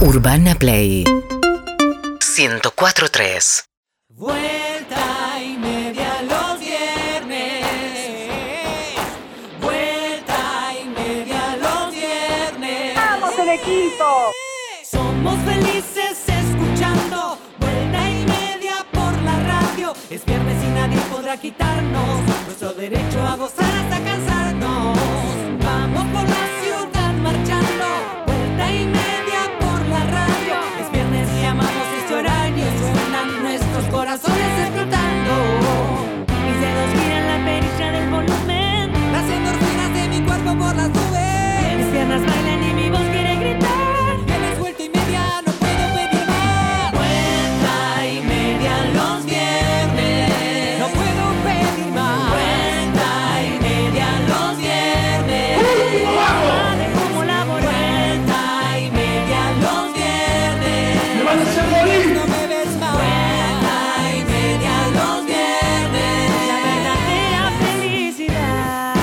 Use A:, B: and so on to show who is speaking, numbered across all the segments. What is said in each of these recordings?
A: Urbana Play 104.3
B: Vuelta y media los viernes. Vuelta y media los viernes. ¡Vamos el equipo! Somos felices escuchando Vuelta y media por la radio. Es viernes y nadie podrá quitarnos nuestro derecho a gozar hasta cansarnos. Vamos por la ciudad marchando. Vuelta y media por la radio. Es viernes y amamos este horario. Suenan nuestros corazones explotando.
C: Mis dedos giran la perilla del volumen.
B: Las endorfinas de mi cuerpo por las nubes.
C: Mis piernas bailan y mi voz quiere gritar.
B: Tienes vuelta y media, no puedo pedir más. Vuelta y media los viernes. No puedo pedir más. Vuelta y media los viernes.
C: Madre, como la borré.
B: Vuelta y media los viernes.
D: ¡Vas a hacer morir!
B: No me ves más. Vuelta y media los viernes.
C: La verdadera felicidad.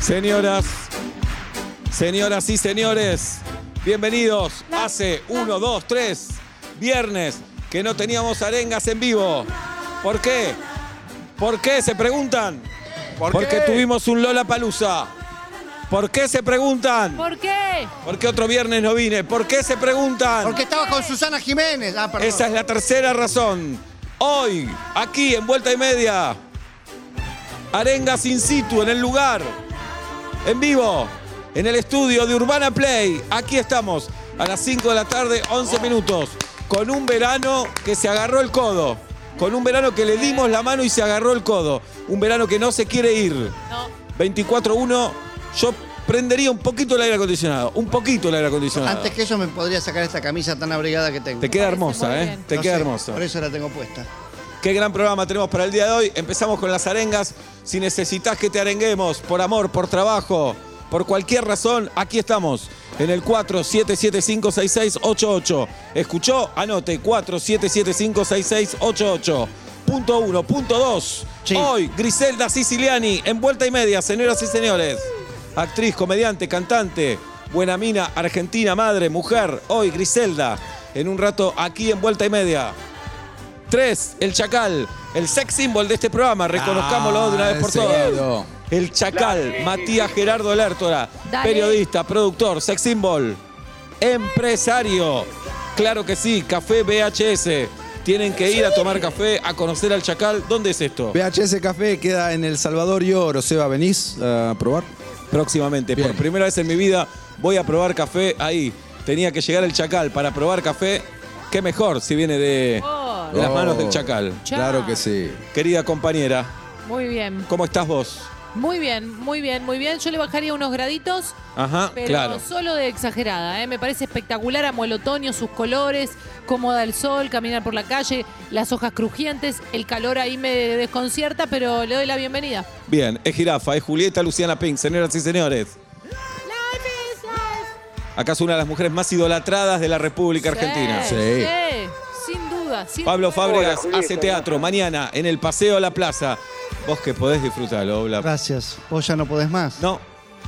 E: Señoras, señoras y señores, bienvenidos. Hace uno, dos, tres viernes que no teníamos arengas en vivo. ¿Por qué? ¿Por qué? Se preguntan. Porque tuvimos un Lola Palusa. ¿Por qué se preguntan?
C: ¿Por qué?
E: ¿Por qué otro viernes no vine? ¿Por qué se preguntan?
F: Porque estaba con Susana Jiménez. Ah, perdón.
E: Esa es la tercera razón. Hoy, aquí en Vuelta y Media, Arengas in situ, en el lugar, en vivo, en el estudio de Urbana Play. Aquí estamos, a las 5 de la tarde, 11 minutos, con un verano que se agarró el codo. Con un verano que le dimos la mano y se agarró el codo. Un verano que no se quiere ir. 24-1, yo prendería un poquito el aire acondicionado. Un poquito el aire acondicionado.
F: Antes que eso me podría sacar esta camisa tan abrigada que tengo.
E: Te queda hermosa, ¿eh? Te
F: No
E: queda
F: sé,
E: hermosa.
F: Por eso la tengo puesta.
E: Qué gran programa tenemos para el día de hoy. Empezamos con las arengas. Si necesitas que te arenguemos por amor, por trabajo, por cualquier razón, aquí estamos. En el 47756688. ¿Escuchó? Anote 47756688. Punto uno. Punto dos.
F: Sí.
E: Hoy, Griselda Siciliani, en vuelta y media, señoras y señores. Actriz, comediante, cantante, buena mina, argentina, madre, mujer. Hoy, Griselda, en un rato aquí en vuelta y media. Tres, el chacal, el sex symbol de este programa, reconozcámoslo de una vez
G: Ah,
E: por todas. El chacal, Matías Gerardo Lertora, periodista, productor, sex symbol, empresario. Claro que sí, Café VHS. Tienen que ir a tomar café, a conocer al chacal. ¿Dónde es esto?
G: VHS Café queda en El Salvador y Oro. Seba, ¿venís a probar?
E: Próximamente,
G: Bien.
E: por primera vez en mi vida, voy a probar café ahí. Tenía que llegar el chacal para probar café. Qué mejor si viene de, de las
G: Oh.
E: manos del chacal.
G: Claro que sí.
E: Querida compañera,
H: Muy bien,
E: ¿cómo estás vos?
H: muy bien, muy bien, muy bien. Yo le bajaría unos graditos,
E: Ajá,
H: pero
E: claro.
H: solo de exagerada. ¿eh? Me parece espectacular, amo el otoño, sus colores, cómo da el sol, caminar por la calle, las hojas crujientes, el calor ahí me desconcierta, pero le doy la bienvenida.
E: Bien, es jirafa, es Julieta Luciana Pink, señoras y señores. Acaso una de las mujeres más idolatradas de la República Argentina.
H: Sí,
G: Sí.
H: sí, sin duda. sin
E: Pablo
H: duda.
E: Fábregas hace teatro mañana en el Paseo a la Plaza. Vos que podés disfrutarlo, Ola.
F: Gracias. Vos ya no podés más.
E: No,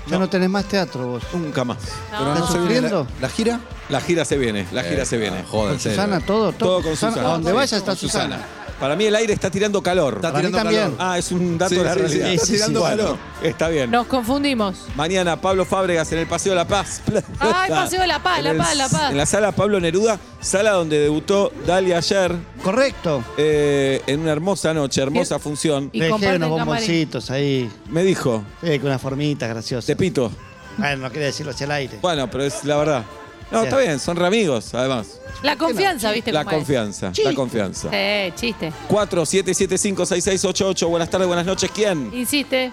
F: Ya no tenés más teatro vos.
E: nunca más.
H: No,
F: ¿Estás sufriendo?
G: ¿La, la gira?
E: La gira se viene, la gira se viene.
F: Con
G: Eh, Joder,
F: Susana, todo, todo.
E: Todo con Susana.
F: A donde
E: Sí,
F: vaya
E: todo
F: está
E: con
F: Susana.
E: Para mí el aire está tirando calor.
F: Para mí también.
E: Ah, es un dato
G: Sí,
E: de la
G: sí, sí,
E: realidad.
G: está
F: Sí, sí,
G: tirando
F: sí.
G: calor.
E: Está bien.
H: Nos confundimos.
E: Mañana Pablo Fábregas en el Paseo de la Paz.
H: Ay, Paseo de la Paz,
E: En
H: La
E: el-
H: Paz, La Paz.
E: En la sala Pablo Neruda, sala donde debutó Dalia ayer
F: Correcto.
E: eh, en una hermosa noche, hermosa función.
H: Y
F: Dejé
H: comparten
F: unos
H: camarín.
F: bomboncitos ahí.
E: Me dijo,
F: Sí, con unas formitas graciosas.
E: te pito.
F: Bueno, no quería decirlo hacia el aire.
E: Bueno, pero es la verdad. No, está bien, son reamigos, además.
H: La confianza, ¿viste?
E: La
H: cómo es?
E: confianza, la confianza.
H: Sí, chiste.
E: 47756688, buenas tardes, buenas noches. ¿Quién?
H: Insiste.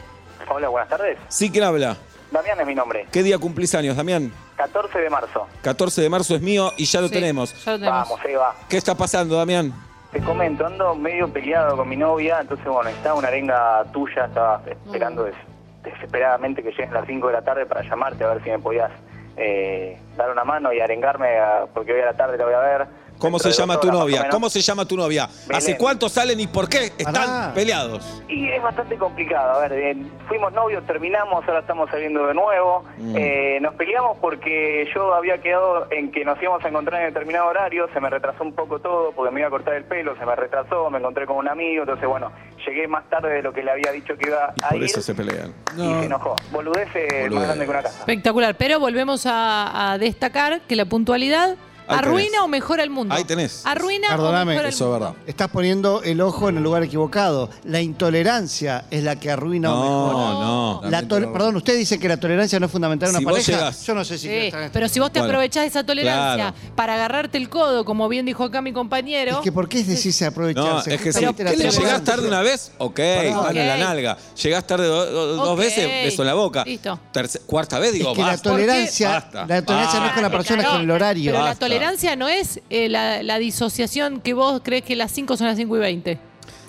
I: Hola, buenas tardes.
E: Sí, ¿quién habla?
I: Damián es mi nombre.
E: ¿Qué día cumplís años, Damián?
I: 14 de marzo.
E: 14 de marzo es mío y ya lo
H: Sí,
E: tenemos.
H: Ya lo tenemos.
I: Vamos, Eva.
E: ¿Qué está pasando, Damián?
I: Te comento, ando medio peleado con mi novia, entonces bueno, está una arenga tuya, estaba esperando des- desesperadamente que lleguen las 5 de la tarde para llamarte a ver si me podías eh, dar una mano y arengarme, a- porque hoy a la tarde la voy a ver.
E: ¿Cómo
I: dentro
E: se
I: de
E: llama
I: dos
E: tu
I: horas, más o
E: novia?
I: menos.
E: ¿Cómo se llama tu novia? ¿Hace
I: Belén.
E: cuánto salen y por qué están
F: Pará.
E: peleados?
I: Y es bastante complicado. A ver, bien, fuimos novios, terminamos, ahora estamos saliendo de nuevo.
E: Mm.
I: Eh, nos peleamos porque yo había quedado en que nos íbamos a encontrar en determinado horario. Se me retrasó un poco todo porque me iba a cortar el pelo, se me retrasó, me encontré con un amigo. Entonces, bueno, llegué más tarde de lo que le había dicho que iba
E: Y
I: a
E: por
I: ir.
E: eso se pelean.
I: Y se enojó. Boludeces más
E: Boludez.
I: grande que una casa.
H: Espectacular, pero volvemos a, a destacar que la puntualidad
E: Ahí
H: arruina
E: tenés.
H: o mejora el mundo.
E: Ahí tenés.
H: Arruina o
F: Perdóname,
H: mejora el
G: Eso es
H: mundo.
G: verdad.
F: Estás poniendo el ojo en el lugar equivocado. La intolerancia es la que arruina o mejora.
E: No, no.
F: La tol- perdón, usted dice que la tolerancia no es fundamental en una
E: Si vos
F: pareja.
E: llegás-
F: Yo no sé si quiero
H: Sí,
F: estar en esta-
H: pero si vos te
E: Bueno,
H: aprovechás de esa tolerancia
E: claro.
H: para agarrarte el codo, como bien dijo acá mi compañero,
F: Es que ¿por qué es decirse
E: No,
F: aprovecharse?
E: es que si
H: Pero-
E: ¿Qué le
H: pero-
E: llegás tarde una vez, ok, mano en la
H: Ok.
E: nalga. Llegás tarde do- do- dos
H: Ok.
E: veces, beso en la boca.
H: Listo.
E: Terce- cuarta vez, digo,
F: Es que la
E: basta.
F: tolerancia,
E: Basta.
F: la tolerancia no es con la
E: Basta.
F: persona, es con el horario.
H: pero la
E: Basta.
H: tolerancia no es eh, la, la disociación que vos crees que las 5 son las 5 y 20.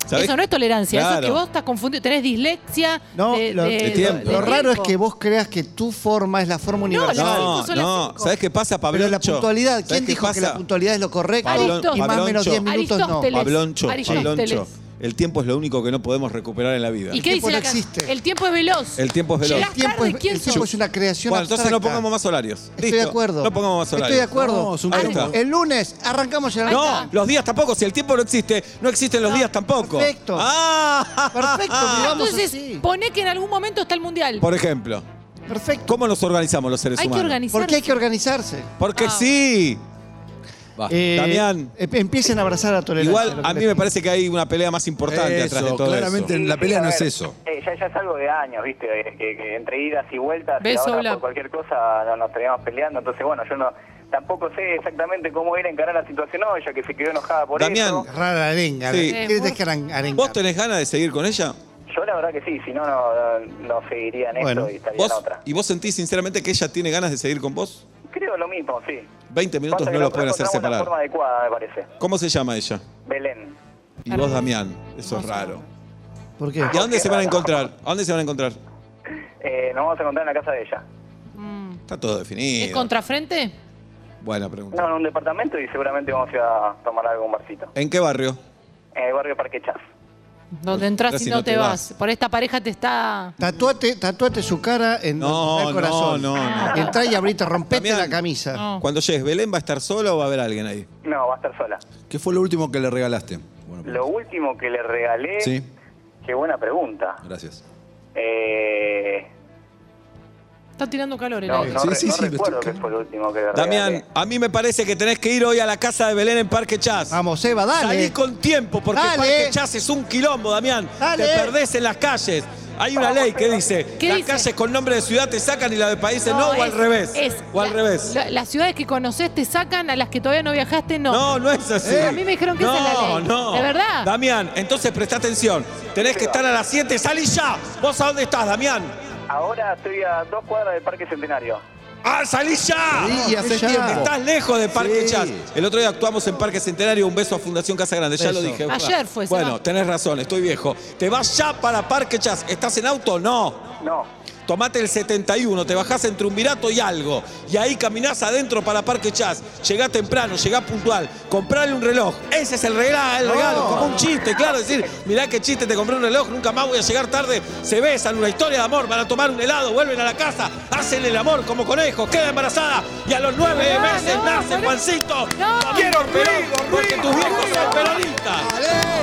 E: ¿Sabés?
H: Eso no es tolerancia, eso es
E: Claro.
H: que vos estás confundido, tenés dislexia.
F: No,
H: de-
F: lo,
H: de-
E: De tiempo.
H: de
F: lo raro es
H: tiempo.
F: que vos creas que tu forma es la forma universal.
H: las
E: No,
H: cinco son las
E: no.
H: cinco.
E: ¿Sabés qué pasa, Pablo?
F: pero la puntualidad, ¿quién dijo que la puntualidad es lo correcto?
H: Aristo-
F: y más o menos 10
E: Pabloncho.
F: minutos no.
H: Aristóteles.
E: Pabloncho,
H: Aristóteles.
E: Pabloncho. El tiempo es lo único que no podemos recuperar en la vida.
H: ¿Y qué
F: tiempo
H: dice la
F: no
H: can-
F: existe.
H: El tiempo es veloz.
E: El tiempo es veloz.
H: Llegás
F: El tiempo,
H: tarde,
F: es,
H: ¿quién
F: el tiempo
H: sos?
F: es una creación
E: Bueno, entonces no
F: abstracta.
E: pongamos más horarios.
F: Estoy
E: Listo.
F: de acuerdo.
E: No pongamos más horarios.
F: Estoy de acuerdo.
G: No, es un
E: Ahí
G: tiempo.
E: está.
F: El lunes arrancamos ya.
E: No, los días tampoco. Si el tiempo no existe, no existen los días tampoco.
F: Perfecto.
E: Ah,
F: Perfecto, miramos
H: Entonces,
F: así.
H: poné que en algún momento está el mundial.
E: Por ejemplo,
F: Perfecto.
E: ¿cómo nos organizamos los seres
H: Hay que
E: humanos?
H: organizar. Ah,
F: Porque hay que organizarse.
E: Porque sí. Basta.
F: Eh,
E: Ah, Damián,
F: eh, Empiecen a abrazar la tolerancia.
E: igual
F: lo que
E: a mí
F: les
E: me
F: pido.
E: parece que hay una pelea más importante
G: Eso,
E: atrás de todo
G: claramente.
E: eso.
G: En la
I: Sí,
G: pelea
I: a
G: no
I: ver,
G: es eso.
I: eh, ya, ya es algo de años, ¿viste? Eh, que, que entre idas y vueltas, y
H: Beso,
I: ahora
H: hola.
I: por cualquier cosa no, nos teníamos peleando. Entonces, bueno, yo no tampoco sé exactamente cómo era encarar la situación hoy, ya que se quedó enojada por
E: Damián.
I: eso.
F: Rara la arenga.
H: Eh,
E: Sí.
F: ¿Qué querés que aren- arenga?
E: ¿Vos tenés ganas de seguir con ella?
I: Yo la verdad que sí, si no, no, no no seguiría en
F: Bueno,
I: esto y estaría
E: ¿Vos,
I: en otra.
E: ¿Y vos sentís sinceramente que ella tiene ganas de seguir con vos?
I: Creo lo mismo, sí.
E: 20 minutos
I: Pasa que
E: no lo pueden
I: encontramos
E: hacer
I: una forma
E: separar.
I: adecuada, me parece.
E: ¿Cómo se llama ella?
I: Belén.
E: Y vos, Damián. Eso es raro.
F: ¿Por qué?
E: ¿Y a dónde
I: Qué
E: se van a
I: raro.
E: encontrar? ¿A dónde se van a encontrar?
I: Eh, nos vamos a encontrar en la casa de ella.
E: Está todo definido.
H: ¿Es contrafrente?
E: Buena pregunta.
I: No, en un departamento y seguramente vamos a ir a tomar algo, un barcito.
E: ¿En qué barrio?
I: En el barrio Parque Chas.
H: Donde entras y no, te vas. Por esta pareja te está.
F: Tatuate, tatuate su cara en
E: No,
F: en el corazón.
E: no, no, no.
F: Entrá y abrite, rompete
E: Damián.
F: la camisa.
H: No.
E: Cuando llegues, ¿Belén va a estar sola o va a haber alguien ahí?
I: No, va a estar sola.
G: ¿Qué fue lo último que le regalaste? Bueno,
I: Lo último que le regalé.
G: Sí.
I: Qué buena pregunta.
G: gracias.
I: Eh,
H: Está tirando calor el
I: no,
H: aire.
I: no
G: Sí,
I: re-
G: sí,
I: no
G: sí, lo
I: recuerdo
G: estoy-
I: qué fue lo último que le
E: Damián,
I: regalé.
E: a mí me parece que tenés que ir hoy a la casa de Belén en Parque Chas.
F: Vamos, Eva, dale.
E: Salí con tiempo porque
F: Dale.
E: Parque Chas es un quilombo, Damián.
F: Dale.
E: Te perdés en las calles. Hay una ley que dice,
H: ¿Qué
E: las
H: dice?
E: calles con nombre de ciudad te sacan y las de países no, o al
H: es-
E: revés.
H: es-
E: o al
H: la-
E: revés.
H: la- las ciudades que conoces te sacan, a las que todavía no viajaste, no.
E: No, no es así.
H: Eh, a mí me dijeron que
E: no,
H: esa es la ley.
E: No,
H: ¿De verdad?
E: Damián, entonces presta atención. Tenés que estar a las 7, salí ya. ¿Vos a dónde estás, Damián?
I: Ahora estoy a dos cuadras del Parque Centenario.
E: ¡Ah, salí ya!
G: Sí, y hace
F: Ya.
G: tiempo.
E: Estás lejos de Parque
G: Sí.
E: Chas. El otro día actuamos en Parque Centenario. Un beso a Fundación Casa Grande. Ya lo
F: Beso.
E: dije.
H: Ayer fue,
E: Bueno,
H: Seba.
E: tenés razón. Estoy viejo. Te vas ya para Parque Chas. ¿Estás en auto? No.
I: No.
E: Tomate el 71. Te bajás en Triunvirato y algo. Y ahí caminás adentro para Parque Chas. Llegá temprano. Llegá puntual. Comprale un reloj. Ese es el regalo. El regalo. Como un chiste. Claro, decir, mirá qué chiste. Te compré un reloj. Nunca más voy a llegar tarde. Se besan. Una historia de amor. Van a tomar un helado. Vuelven a la casa. Hacen el amor como conejos. Queda embarazada. Y a los nueve
H: No,
E: meses
H: no,
E: nace
H: no.
E: Juancito.
H: No.
E: Quiero Perón porque tus viejos son peronistas.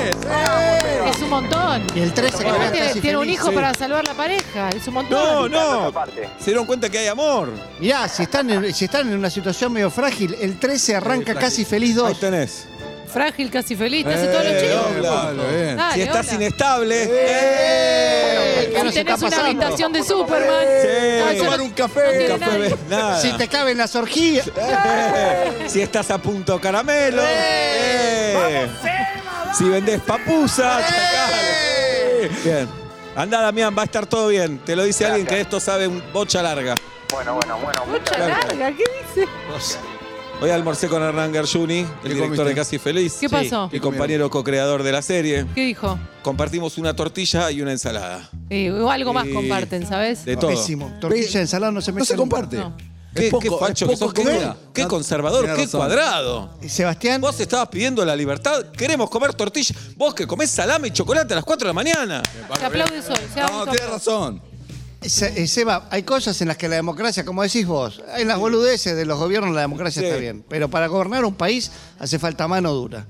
H: Es un montón.
F: Y el 13 que le veas
H: Aparte,
F: casi
H: tiene un
F: feliz.
H: hijo para salvar la pareja. Es un
E: No,
H: montón.
E: no.
I: Aparte.
E: Se dieron cuenta que hay amor.
F: Mirá, si están, en, si están en una situación medio frágil, el 13 arranca casi feliz
E: Ahí
F: 2.
E: tenés.
H: Frágil, casi feliz. Te hace todo
E: Eh,
H: lo chido.
E: dobla.
G: bien.
H: Dale, Eh.
E: Si estás
H: hola.
E: inestable. eh.
F: ¿Qué
H: Si
F: nos
H: tenés
F: está
H: una
F: pasando?
H: habitación de Superman.
E: Sí.
H: Ah, eso
E: Tomar
H: no-
G: un
H: no
G: café.
E: eh,
H: tiene
E: café,
H: nadie.
E: nada.
F: Si te caben las orgías.
E: Eh, Si estás a punto caramelo. Eh. Si vendés papusas.
H: Eh.
E: chacales. Bien. Anda, Damián, va a estar todo bien. Te lo dice alguien que de esto sabe un bocha larga.
I: Bueno, bueno, bueno.
H: Mucha
I: Muchas gracias.
H: larga, ¿qué dice?
E: Hoy almorcé con Hernán Gershuni, el director
G: comiste?
E: de Casi Feliz.
H: ¿Qué pasó?
E: Mi compañero co-creador de la serie.
H: ¿Qué dijo?
E: Compartimos una tortilla y una ensalada.
H: Eh, o algo más
E: Eh,
H: comparten, ¿sabes?
E: De todo.
F: Ah, Pésimo. Tortilla, ensalada, no se mete.
G: No se
F: nunca.
G: comparte.
H: No.
E: Qué,
G: poco,
E: qué
G: es
E: facho que
G: poco
E: sos,
G: que
E: qué-
G: dura.
E: qué
G: No,
E: conservador,
G: tenés
E: qué
G: razón.
E: cuadrado.
F: Eh, Sebastián,
E: Vos estabas pidiendo la libertad, queremos comer tortilla. Vos que comés salame y chocolate a las 4 de la mañana.
H: Se aplaude solo. se hace
G: No,
H: solo.
G: tienes razón.
F: Se- eh, Seba, hay cosas en las que la democracia, como decís vos, en las boludeces de los gobiernos la democracia
E: Sí.
F: está bien, pero para gobernar un país hace falta mano dura.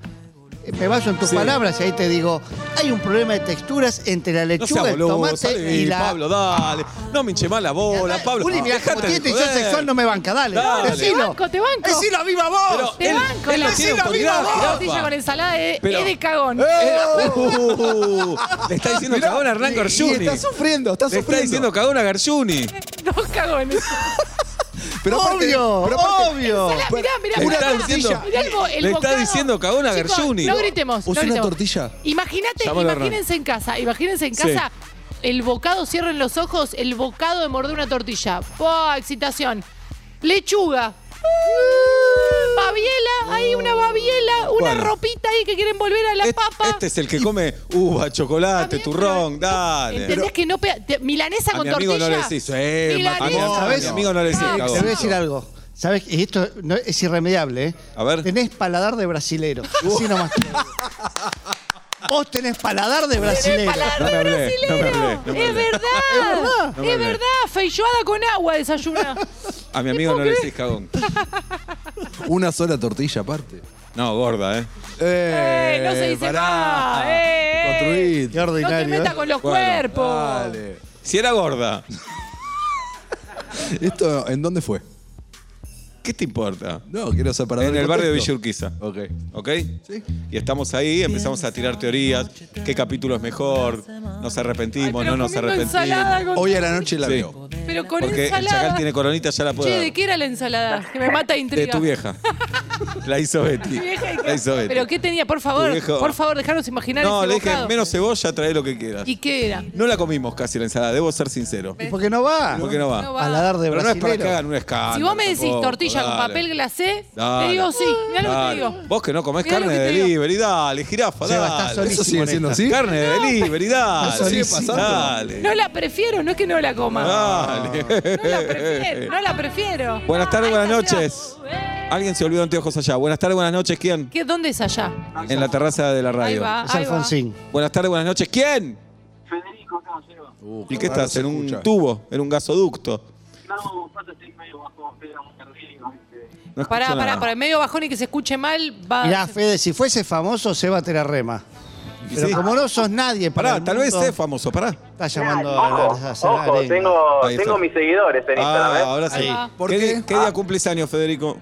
F: Eh, Me baso en tus palabras y ahí te digo, hay un problema de texturas entre la
E: No
F: lechuga,
E: seas
F: el
E: boludo,
F: tomate
E: salí,
F: y la...
E: Pablo, dale. No me hinche más la bola, Pablo.
F: Juli, mirá, como
E: dejate de
F: tiene tensión
E: joder.
F: sexual no me banca, dale.
E: Dale.
F: Decilo.
H: Te banco, te banco.
F: Decilo a viva voz.
E: Pero
H: Te
E: él,
H: banco,
E: él la
H: no.
E: tiene
F: Decilo,
E: autoridad,
F: viva vos.
E: jirafa.
H: Tortilla con ensalada es
E: Pero-
H: es de cagón.
E: Eh, uh, le está diciendo
G: Mirá,
E: cagón a Hernán
G: y-
E: Garciuni.
G: y está sufriendo, está
E: Le está
G: sufriendo.
E: diciendo cagón a Garciuni.
H: Dos cagones.
G: Pero aparte-
F: obvio,
G: pero aparte-
F: obvio.
H: Mirá, mirá, mirá,
E: Le
H: mirá,
E: está
H: mirá.
E: diciendo-
H: Mirá el bo- el
E: le está
H: bocado.
E: diciendo cagón a
H: Chicos,
E: Gershuni.
H: No gritemos.
G: Usó
H: no
G: una
H: gritemos.
G: tortilla.
H: Imagínate,
E: Llámalo a Hernán.
H: imagínense en casa, imagínense en casa. El bocado, cierren los ojos, el bocado de morder una tortilla. ¡Oh, excitación! Lechuga.
E: Uh.
H: Babiela, hay una babiela, una
E: Bueno.
H: ropita ahí que quieren volver a la
E: Este,
H: papa.
E: este es el que come uva, chocolate,
H: Está bien,
E: turrón,
H: pero-
E: dale.
H: ¿Entendés que no pega- te- milanesa
E: a
H: con
E: mi
H: tortilla?
E: amigo no le decís. Eh,
H: Milanesa.
E: Matías, a mi
F: ¿Sabes?
E: amigo no le decís
H: Ah,
F: Te voy a
E: cagón.
F: decir algo. ¿Sabes? Y esto no- es irremediable, ¿eh?
E: A ver. Uh.
F: Tenés paladar de brasilero. Así nomás. te digo. Vos tenés paladar de brasilero.
H: Paladar de
E: No me hablé,
H: brasilero.
E: no me hablé, no me
H: es
E: hablé.
H: verdad.
E: No me
H: es
E: hablé.
H: verdad. Feijoada con agua desayuna.
E: A mi amigo no le decís cagón.
G: Una sola tortilla aparte.
E: No, gorda, ¿eh?
H: Eh, no se dice más, eh, eh.
G: Construid.
F: Qué
H: No te
F: ordinario.
H: metas con los
E: Bueno,
H: cuerpos.
G: Dale.
E: Si era gorda,
G: ¿Esto en dónde fue?
E: ¿qué te importa?
G: No, quiero separar
E: En el barrio de Villa
G: contexto.
E: Urquiza.
G: Ok.
E: ¿Ok?
G: Sí.
E: Y estamos ahí, empezamos a tirar teorías. ¿Qué capítulo es mejor? ¿Nos
H: Ay,
E: arrepentimos?
H: pero
E: ¿No nos
H: comiendo
E: arrepentimos?
H: ensalada con-
G: Hoy a la noche la
E: Sí.
G: veo.
H: Pero con
E: Porque el
H: ensalada.
E: chacal tiene coronita, ya la puedo
H: Che,
E: dar.
H: ¿de qué era la ensalada? Que me mata de intriga.
E: De tu vieja. La hizo Betty.
H: Mi vieja, ¿y qué?
E: La hizo Betty.
H: Pero ¿qué tenía? Por
E: Tu
H: favor,
E: viejo-
H: por favor, dejarnos imaginar
E: No,
H: ese
E: le dije,
H: bocado.
E: menos cebolla, trae lo que quieras.
H: ¿Y qué era?
E: No la comimos casi la ensalada, debo ser sincero.
F: ¿Y por qué no va?
E: Porque no va.
H: No va.
F: Paladar de
E: Pero no es para que
F: brasilero.
E: hagan un escándalo.
H: Si vos me decís
E: tampoco,
H: tortilla con
E: dale.
H: papel glacé,
E: Dale.
H: te digo sí.
E: Dale.
H: Mirá lo que te digo.
E: Vos que no comés
H: Mirá lo
E: carne
H: que
E: de
H: te digo.
E: delivery, dale, jirafa,
F: Seba,
E: dale.
F: estás solísimo
G: Ah, Eso sigue
F: en
G: siendo
F: esta.
G: así.
E: Carne de delivery, dale.
F: Está
G: solísimo.
E: Dale.
H: No la prefiero, no es que no la coma.
E: Dale.
H: No la prefiero, no la prefiero.
E: Buenas tardes,
H: Ay,
E: buenas
H: allá.
E: noches. Alguien se olvidó anteojos allá. Buenas tardes, buenas noches, ¿quién?
H: ¿Qué, ¿Dónde es allá?
E: En la terraza de la
H: Ahí
E: radio.
H: va,
F: Es
H: ahí va.
F: Alfonsín.
E: Buenas tardes, buenas noches, ¿quién?
A: Federico, no, lleva.
E: ¿Y qué
G: Uh, Raro
E: estás?
G: se
E: ¿En un
G: escucha.
E: tubo? ¿En un gasoducto?
A: No, pasa estoy medio bajo Pedro Monterrigo, ¿viste?
E: No escucho
H: Pará,
E: nada.
H: pará, para el medio bajón y que se escuche mal, va.
F: Mirá, Fede, si fuese famoso, Seba te la rema. Pero
E: Sí.
F: como no sos nadie para
E: Pará,
F: el
E: tal vez
F: mundo,
E: es famoso, pará.
F: Está llamando
I: Ojo,
F: a la- a hacer
I: ojo,
F: arenga.
I: tengo,
E: Ahí está.
I: tengo mis seguidores en Instagram.
E: Ah,
I: ¿eh?
E: ahora sí.
H: Ahí va.
G: ¿Por
E: ¿Qué,
G: qué? Ah.
E: di- qué día cumplís años, Federico?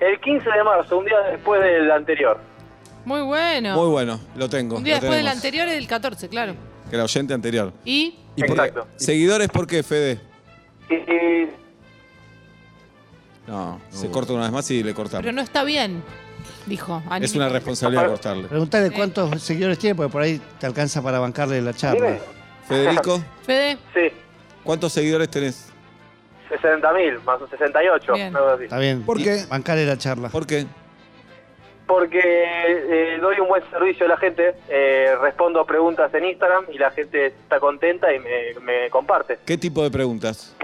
I: El 15 de marzo, un día después del anterior.
H: Muy bueno.
E: Muy bueno, lo tengo.
H: Un día
E: lo
H: después del
E: tenemos.
H: anterior es del 14, claro.
E: Que la oyente anterior.
H: Y
G: ¿Y por
I: Exacto.
E: ¿Seguidores por qué, Fede?
I: Y, y-
E: No, se corta una vez más y le cortamos.
H: pero no está bien, dijo.
E: es una responsabilidad cortarle.
F: Preguntale cuántos seguidores tiene, porque por ahí te alcanza para bancarle la charla.
I: dime.
E: Federico,
H: Fede,
I: Sí,
E: ¿cuántos seguidores tenés?
I: 60.000, más o 68,
H: Bien.
I: algo así.
F: Está bien.
G: ¿Por qué?
F: Bancarle la charla.
E: ¿Por qué?
I: Porque eh, doy un buen servicio a la gente, eh, respondo preguntas en Instagram y la gente está contenta y me, me comparte.
E: ¿Qué tipo de preguntas?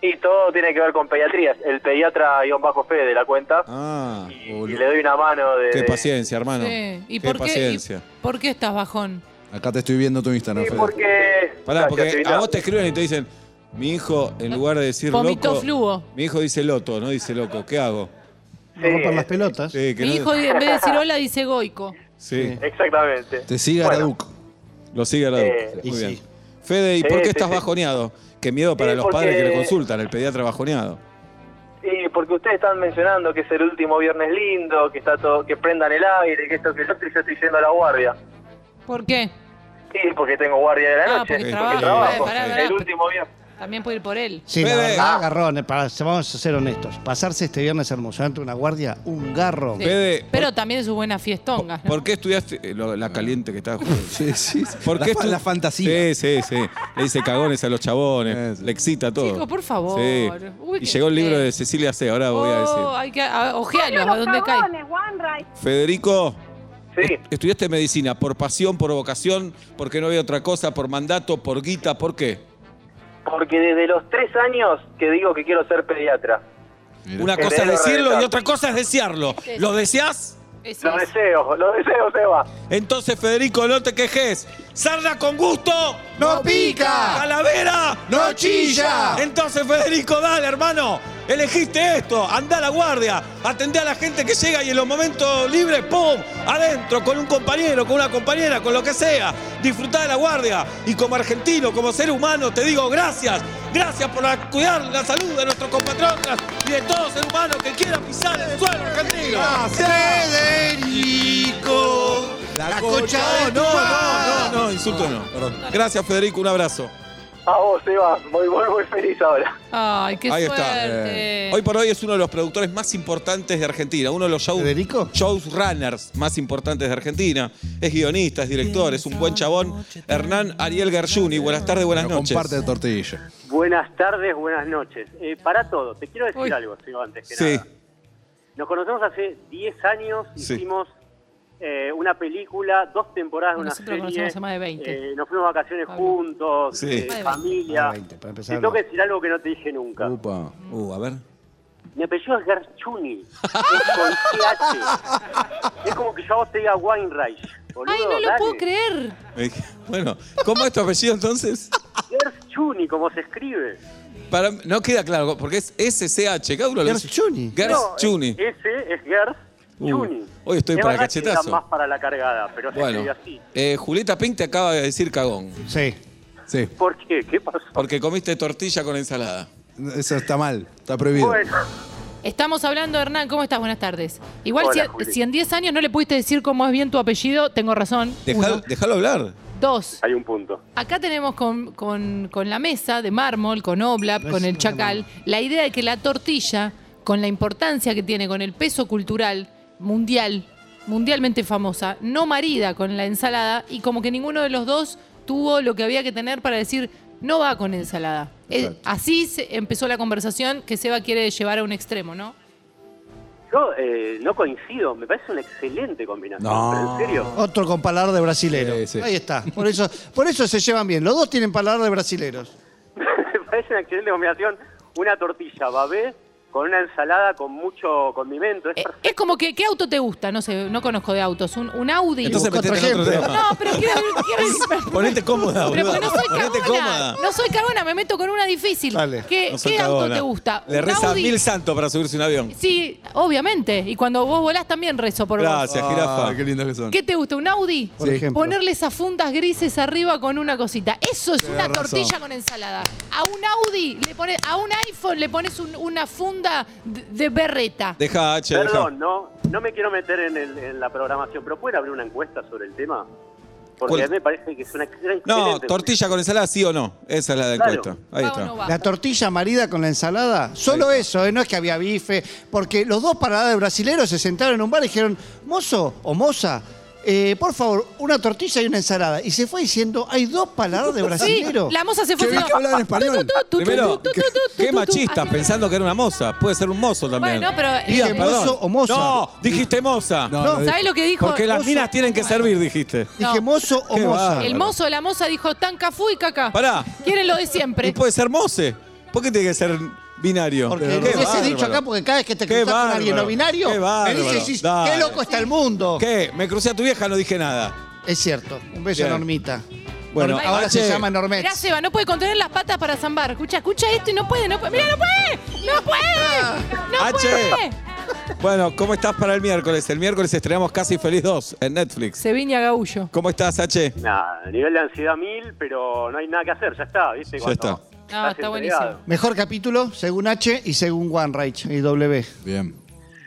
I: Y todo tiene que ver con pediatrías. El pediatra-fe de la cuenta.
E: Ah,
I: y, y
E: boludo.
I: le doy una mano de...
E: Qué paciencia, hermano.
H: sí. ¿Y
E: qué
H: por qué, y
E: Ah, paciencia.
H: por qué estás bajón?
G: Acá te estoy viendo tu Instagram,
I: Sí,
G: Fede.
I: porque...
E: Pará,
I: Gracias,
E: porque
I: Evita.
E: a vos te escriben y te dicen, mi hijo, en lugar de decir
H: Vomitó
E: loco,
H: fluo.
E: mi hijo dice loto, no dice loco. ¿Qué hago?
F: No rompan las pelotas.
E: Sí, que
H: Mi
E: no-
H: hijo, en vez de decir hola, dice goico.
E: Sí,
I: Exactamente.
G: Te sigue
I: Bueno,
G: Araduc.
E: lo sigue la
I: Eh,
E: Muy
F: y
E: bien.
F: sí.
E: Fede, ¿y
I: Sí,
E: por qué
I: sí,
E: estás
I: sí.
E: bajoneado? Qué miedo para
I: Sí,
E: los padres que
I: porque-
E: le consultan, el pediatra bajoneado.
I: Sí, porque ustedes están mencionando que es el último viernes lindo, que está todo, que prendan el aire, que esto que yo, estoy- yo estoy yendo a la guardia.
H: ¿Por qué?
I: Sí, porque tengo guardia de la
H: Ah,
I: noche.
H: porque
E: trabaja. Eh,
H: pará, pará.
I: El último viernes.
H: También puede ir por él.
F: Sí, la
E: Fede.
F: verdad, garrón. eh, para- vamos a ser honestos. Pasarse este viernes hermoso ante una guardia, un garro.
H: Sí.
E: Fede,
H: Pero también de sus buenas fiestongas. ¿no?
E: ¿Por qué estudiaste eh, lo- la caliente que estás
G: Sí, sí. sí.
E: ¿Por
G: la,
E: qué
G: fa-
E: estu-
G: la fantasía.
E: Sí, sí, sí. Le dice cagones a los chabones.
G: Sí, sí.
E: Le excita todo.
H: Chicos, por favor.
E: Sí.
H: Uy,
E: y
H: qué
E: llegó el libro
H: feo.
E: de Cecilia C. Ahora voy a
H: Oh,
E: decir.
H: hay que a- ojealo, a dónde cae.
E: Federico,
H: Eh,
I: Sí,
E: estudiaste medicina por pasión, por vocación, porque no había otra cosa, por mandato, por guita, ¿por qué?
I: porque desde los tres años que digo que quiero ser pediatra.
E: Una cosa es
I: Quererlo
E: decirlo y
I: reventar.
E: otra cosa es desearlo. ¿Lo deseas?
H: Eso
I: Lo
H: es.
I: deseo, lo deseo, Seba.
E: Entonces, Federico, no te quejes. ¡Sarda con gusto!
G: ¡No pica!
E: ¡Calavera!
G: ¡No chilla!
E: Entonces, Federico, dale, hermano. Elegiste esto. Andá a la guardia. Atendé a la gente que llega y en los momentos libres, ¡pum! Adentro, con un compañero, con una compañera, con lo que sea. Disfrutá de la guardia. Y como argentino, como ser humano, te digo gracias. Gracias por la- cuidar la salud de nuestros compatriotas y de todo ser humano que quiera pisar el suelo argentino.
G: Federico, la cocha de tu
E: No,
G: madre.
E: no, no, no, insulto no. Perdón. Gracias, Federico. Un abrazo.
I: A vos, Seba. Muy, muy, muy feliz ahora.
H: Ay, qué
E: Ahí está. Eh,
H: suerte.
E: Hoy por hoy es uno de los productores más importantes de Argentina, uno de los show-
F: ¿Federico?
E: showrunners más importantes de Argentina. Es guionista, es director, es un buen chabón. Hernán Ariel Gershuni, buenas tardes, buenas
G: Pero
E: noches.
G: comparte tortilla.
D: Buenas tardes, buenas noches. Eh, para todo, te quiero decir
H: Uy.
D: algo, Seba, antes que
E: Sí,
D: nada. Nos conocemos hace 10 años,
E: Sí.
D: hicimos eh, una película, dos temporadas de una
H: Nosotros nos
D: serie.
H: conocemos hace más de 20.
D: eh, nos fuimos a vacaciones
H: Pablo.
D: juntos,
E: Sí.
D: eh,
H: Más de 20.
D: familia.
F: Ah, 20, para empezar,
D: te tengo
F: no.
D: que decir algo que no te dije nunca.
G: Upa.
E: uh, a ver.
D: Mi apellido es Garchuni. es con TH. Es como que yo a vos te diga Weinreich. boludo,
H: Ay, no lo
D: dale.
H: puedo creer.
E: Me dije- Bueno, ¿cómo es tu apellido entonces?
D: Gershuni, como se escribe.
E: Para- no queda claro, porque es SCH, cada uno lo dice.
F: Gershuni.
E: Gershuni.
D: No, ese es Gers
E: Uh,
D: Chuni.
E: hoy estoy
D: Es
E: para
D: verdad que era
E: cachetazo.
D: más para la cargada, pero se
E: Bueno,
D: escribe así.
E: eh, Julieta Pink te acaba de decir cagón,
F: Sí.
G: Sí,
D: ¿Por qué? ¿Qué pasó?
E: porque comiste tortilla con ensalada.
G: eso está mal, está prohibido.
D: Bueno,
H: Estamos hablando, Hernán, ¿cómo estás? Buenas tardes. Igual
D: Hola,
H: si,
D: Juli.
H: si en 10 años no le pudiste decir cómo es bien tu apellido, tengo razón.
E: Dejalo,
H: Uno.
E: dejalo hablar.
H: Dos,
D: hay un punto.
H: acá tenemos con, con- con la mesa de mármol, con Oblap, con el Chacal, la idea de que la tortilla, con la importancia que tiene, con el peso cultural mundial, mundialmente famosa, no marida con la ensalada y como que ninguno de los dos tuvo lo que había que tener para decir no va con ensalada. Eh, así se empezó la conversación que Seba quiere llevar a un extremo, ¿no?
D: Yo eh, no coincido, me parece una excelente combinación.
G: No.
D: pero en serio.
F: Otro con paladar de brasilero.
G: Sí, sí.
F: Ahí está. Por eso, por eso se llevan bien. Los dos tienen paladar de brasileros.
D: me parece una excelente combinación. Una tortilla babé con una ensalada con mucho condimento. Es
H: Eh,
D: perfecto.
H: es como que, ¿qué auto te gusta? No sé, no conozco de autos. Un, un Audi.
E: Entonces
F: Busca
E: metete
F: otra
E: en otro
F: gente.
E: tema.
H: no, pero quiero, quiero decir-
E: Ponete cómoda,
H: Pero
E: boludo.
H: porque no soy
E: Ponete
H: cagona.
E: cómoda.
H: No soy cagona, me meto con una difícil.
F: Dale.
H: ¿Qué,
E: No soy
H: qué auto
E: cagona.
H: te gusta?
E: Le
H: ¿Un
E: reza
H: Audi?
E: mil santos para subirse a un avión.
H: Sí, obviamente. Y cuando vos volás también rezo por vos.
E: Gracias, jirafa.
G: Ah, qué lindos que son.
H: ¿Qué te gusta? ¿Un Audi?
F: Por Sí. ejemplo.
H: Ponerle esas fundas grises arriba con una cosita. Eso es una tortilla con ensalada. A un Audi le pones, a un iPhone le pones un- una funda de, de berreta.
E: Deja, H, deja.
D: Perdón, no, no me quiero meter en, el- en la programación, pero ¿pueden abrir una encuesta sobre el tema?
E: ¿Cuál?
D: Porque a mí me parece que es una excelente.
E: No, tortilla con ensalada, sí o no. Esa es la de
D: Claro.
E: encuesta. Ahí
H: Va
E: está.
H: o no va.
F: La tortilla marida con la ensalada, solo eso, ¿eh? no es que había bife, porque los dos paradas de brasileros se sentaron en un bar y dijeron, mozo o moza, eh, por favor, una tortilla y una ensalada. Y se fue diciendo, hay dos palabras de
H: Sí,
F: brasileros.
H: la moza se fue.
G: Che, vi
H: haciendo-
G: que hablar en español.
H: Tu, tu, tu, tu,
E: Primero,
H: tu, tu, tu,
E: qué-
H: tu, tu,
E: qué
H: tu, tu.
E: machista,
H: Así-
E: pensando que era una moza. Puede ser un mozo también.
H: Bueno, pero,
E: Diga,
H: eh,
E: perdón.
F: mozo o moza.
E: No, dijiste moza.
G: No,
F: No,
G: no,
H: ¿Sabés lo que dijo?
E: Porque las
H: Mozo-
E: minas tienen que servir, dijiste.
F: Dije,
H: no.
F: mozo o
E: Qué
F: moza.
E: bárbaro.
H: El mozo, la moza dijo tan cafú y caca.
E: Pará.
H: Quieren lo de
E: Y
H: siempre.
E: puede ser moce. ¿Por qué tiene que ser binario?
F: Porque
E: Qué
F: lo hubiese
E: bárbaro.
F: dicho acá, porque cada vez que te
E: Qué
F: cruzas con alguien
E: bárbaro.
F: no binario,
E: Qué bárbaro.
F: venís y decís,
E: Dale.
F: qué loco está el mundo.
E: ¿Qué? Me crucé a tu vieja, no dije nada.
F: Es cierto, un beso
E: Bien.
F: enormita.
E: Bueno,
F: Norm- ahora se
E: H.
F: llama Normex.
H: Mirá, Seba, no puede contener las patas para zambar. Escucha, escucha esto y no puede, no puede. Mirá, no puede. No puede. No
E: H.
H: puede.
E: Bueno, ¿cómo estás para el miércoles? El miércoles estrenamos Casi Feliz 2 en Netflix.
H: Se viña gaullo.
E: ¿Cómo estás, H?
D: Nada, nivel de ansiedad mil, pero no hay nada que hacer, ya está, ¿viste?
E: Ya
D: Cuando
E: está.
H: Ah,
D: estás
H: está
D: entregado.
F: Mejor capítulo, según H y según One Reich y W.
G: Bien.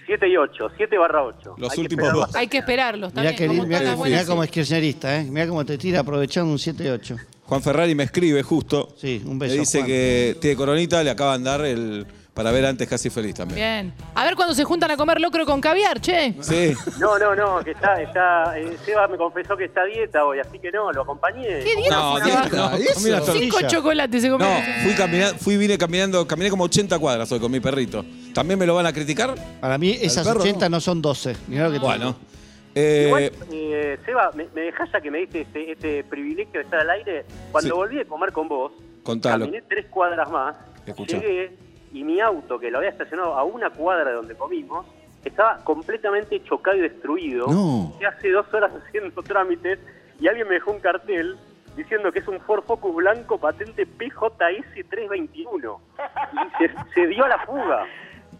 D: 7 y 8, 7 barra 8.
E: Los últimos dos.
H: Hay que esperarlo. Está
F: Mirá,
H: bien,
F: que
H: como
F: lindo, mirá,
H: todas las
F: que-
H: buenas
F: mirá como es kirchnerista, ¿eh? Mirá cómo te tira aprovechando un 7-8.
E: Juan Ferrari me escribe justo.
F: Sí, un
E: Me
F: beso.
E: dice
F: Juan.
E: que tiene coronita, le acaban de dar el para ver antes casi feliz también.
H: Bien. A ver cuando se juntan a comer locro con caviar, che.
E: Sí.
D: No, no, no, que está, está, eh, Seba me confesó que está a dieta hoy, así que no, lo acompañé.
H: ¿Qué dieta?
E: No,
H: se
E: dieta,
H: va?
E: no,
G: eso.
E: comí una tortilla.
H: Cinco chocolates se
E: No,
H: comió.
E: fui caminando, fui vine caminando, caminé como 80 cuadras hoy con mi perrito. ¿También me lo van a criticar?
F: Para mí esas
G: perro,
F: 80 no son 12. Mirá lo que te
E: Bueno. eh,
D: Igual, eh, Seba, me, me dejás ya que me diste este, este privilegio de estar al aire. Cuando
E: Sí.
D: volví a comer con vos,
E: Contalo.
D: caminé tres cuadras más,
E: Escucha.
D: llegué, y mi auto, que lo había estacionado a una cuadra de donde comimos, estaba completamente chocado y destruido.
G: No.
D: Y hace dos horas haciendo trámites y alguien me dejó un cartel diciendo que es un Ford Focus blanco patente PJS 321. Y se, se dio a la fuga.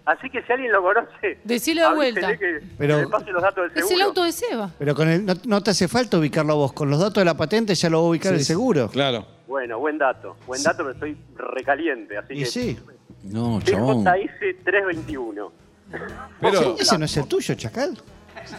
D: Así que si alguien lo conoce,
H: Decile de
D: avísele
H: vuelta.
D: que- que
F: Pero-
D: le pase los datos del
H: Es el
D: seguro.
H: auto de Seba.
F: Pero con el, no, no te hace falta ubicarlo a vos. Con los datos de la patente ya lo va a ubicar
G: Sí,
F: el
G: sí.
F: seguro.
E: Claro.
D: Bueno, buen dato. Buen dato, pero estoy recaliente. Así
F: Y
D: que
F: sí.
G: No, chabón.
D: PJS 321.
E: Pero,
F: Ese no es el tuyo, Chacal.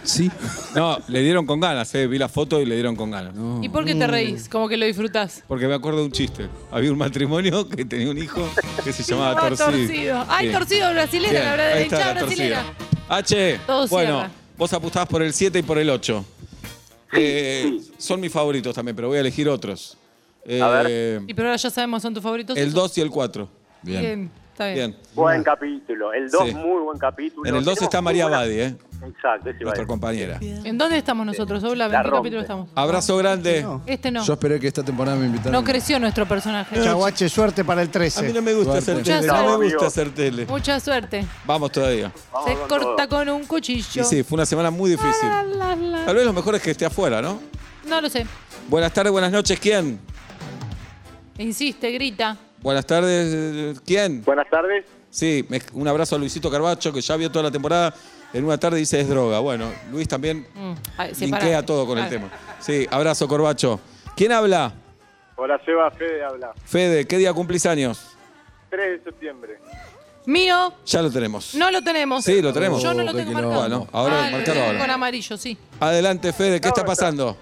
G: Sí.
E: no, le dieron con ganas, eh, vi la foto y le dieron con ganas.
H: ¿Y por qué te reís? Como que lo disfrutás.
E: Porque me acuerdo de un chiste. Había un matrimonio que tenía un hijo que se llamaba
H: Ah,
E: Torcido.
H: Ay,
E: Bien.
H: torcido brasilera,
E: Bien,
H: la verdad,
E: ahí
H: la
E: está
H: hinchada
E: la
H: brasilera.
E: torcida. H,
H: Todo
E: bueno,
H: cierra.
E: vos apostabas por el 7 y por el 8. Eh, son mis favoritos también, pero voy a elegir otros.
D: A ver.
E: Eh,
H: Y pero ahora ya sabemos, son tus favoritos.
E: El 2 y el 4.
H: Bien.
G: Bien.
H: está bien.
E: Bien.
D: Buen capítulo. El 2,
E: Sí.
D: muy buen capítulo.
E: En el 2
D: Tenemos
E: está
D: muy
E: María
D: buena-
E: Abadi, eh,
D: Exacto, ese
E: nuestra
D: Abadi.
E: compañera.
H: ¿En dónde estamos nosotros, Oblab?
D: La
H: ¿En qué
D: rompe.
H: capítulo estamos?
E: Abrazo grande.
H: Este no.
G: Yo esperé que esta temporada me invitaran.
H: No creció nuestro personaje.
F: Chaguache, suerte para el
E: A mí
F: 13.
E: no me gusta hacer
G: Suerte.
E: tele.
H: Muchas
E: No me
D: gracias.
E: gusta hacer tele.
H: Mucha suerte.
E: Vamos todavía.
D: Vamos
H: Se
D: con
H: corta
D: todo.
H: con un cuchillo.
E: Y sí, fue una semana muy difícil.
H: La, la, la.
E: Tal vez lo mejor es que esté afuera, ¿no?
H: No lo sé.
E: Buenas tardes, buenas noches, ¿quién?
H: Insiste, grita.
E: Buenas tardes, eh, ¿quién?
D: Buenas tardes.
E: Sí, me- un abrazo a Luisito Carbacho, que ya vio toda la temporada. En una tarde dice es droga. Bueno, Luis también
H: Mm, ay,
E: linkea
H: separate.
E: todo con el
H: Ah,
E: tema. Sí, abrazo, Corbacho. ¿Quién habla?
A: Hola, Seba, Fede habla.
E: Fede, ¿qué día cumplís años?
A: 3 de septiembre.
H: Mío,
E: Ya lo tenemos.
H: no lo tenemos.
E: Sí, lo tenemos.
H: Yo no lo
G: Oh,
H: tengo
G: qué
H: marcado.
E: Bueno, ahora
H: Ah,
E: marcalo
H: lo tengo
E: ahora.
H: Con amarillo, sí.
E: Adelante, Fede, ¿qué está pasando?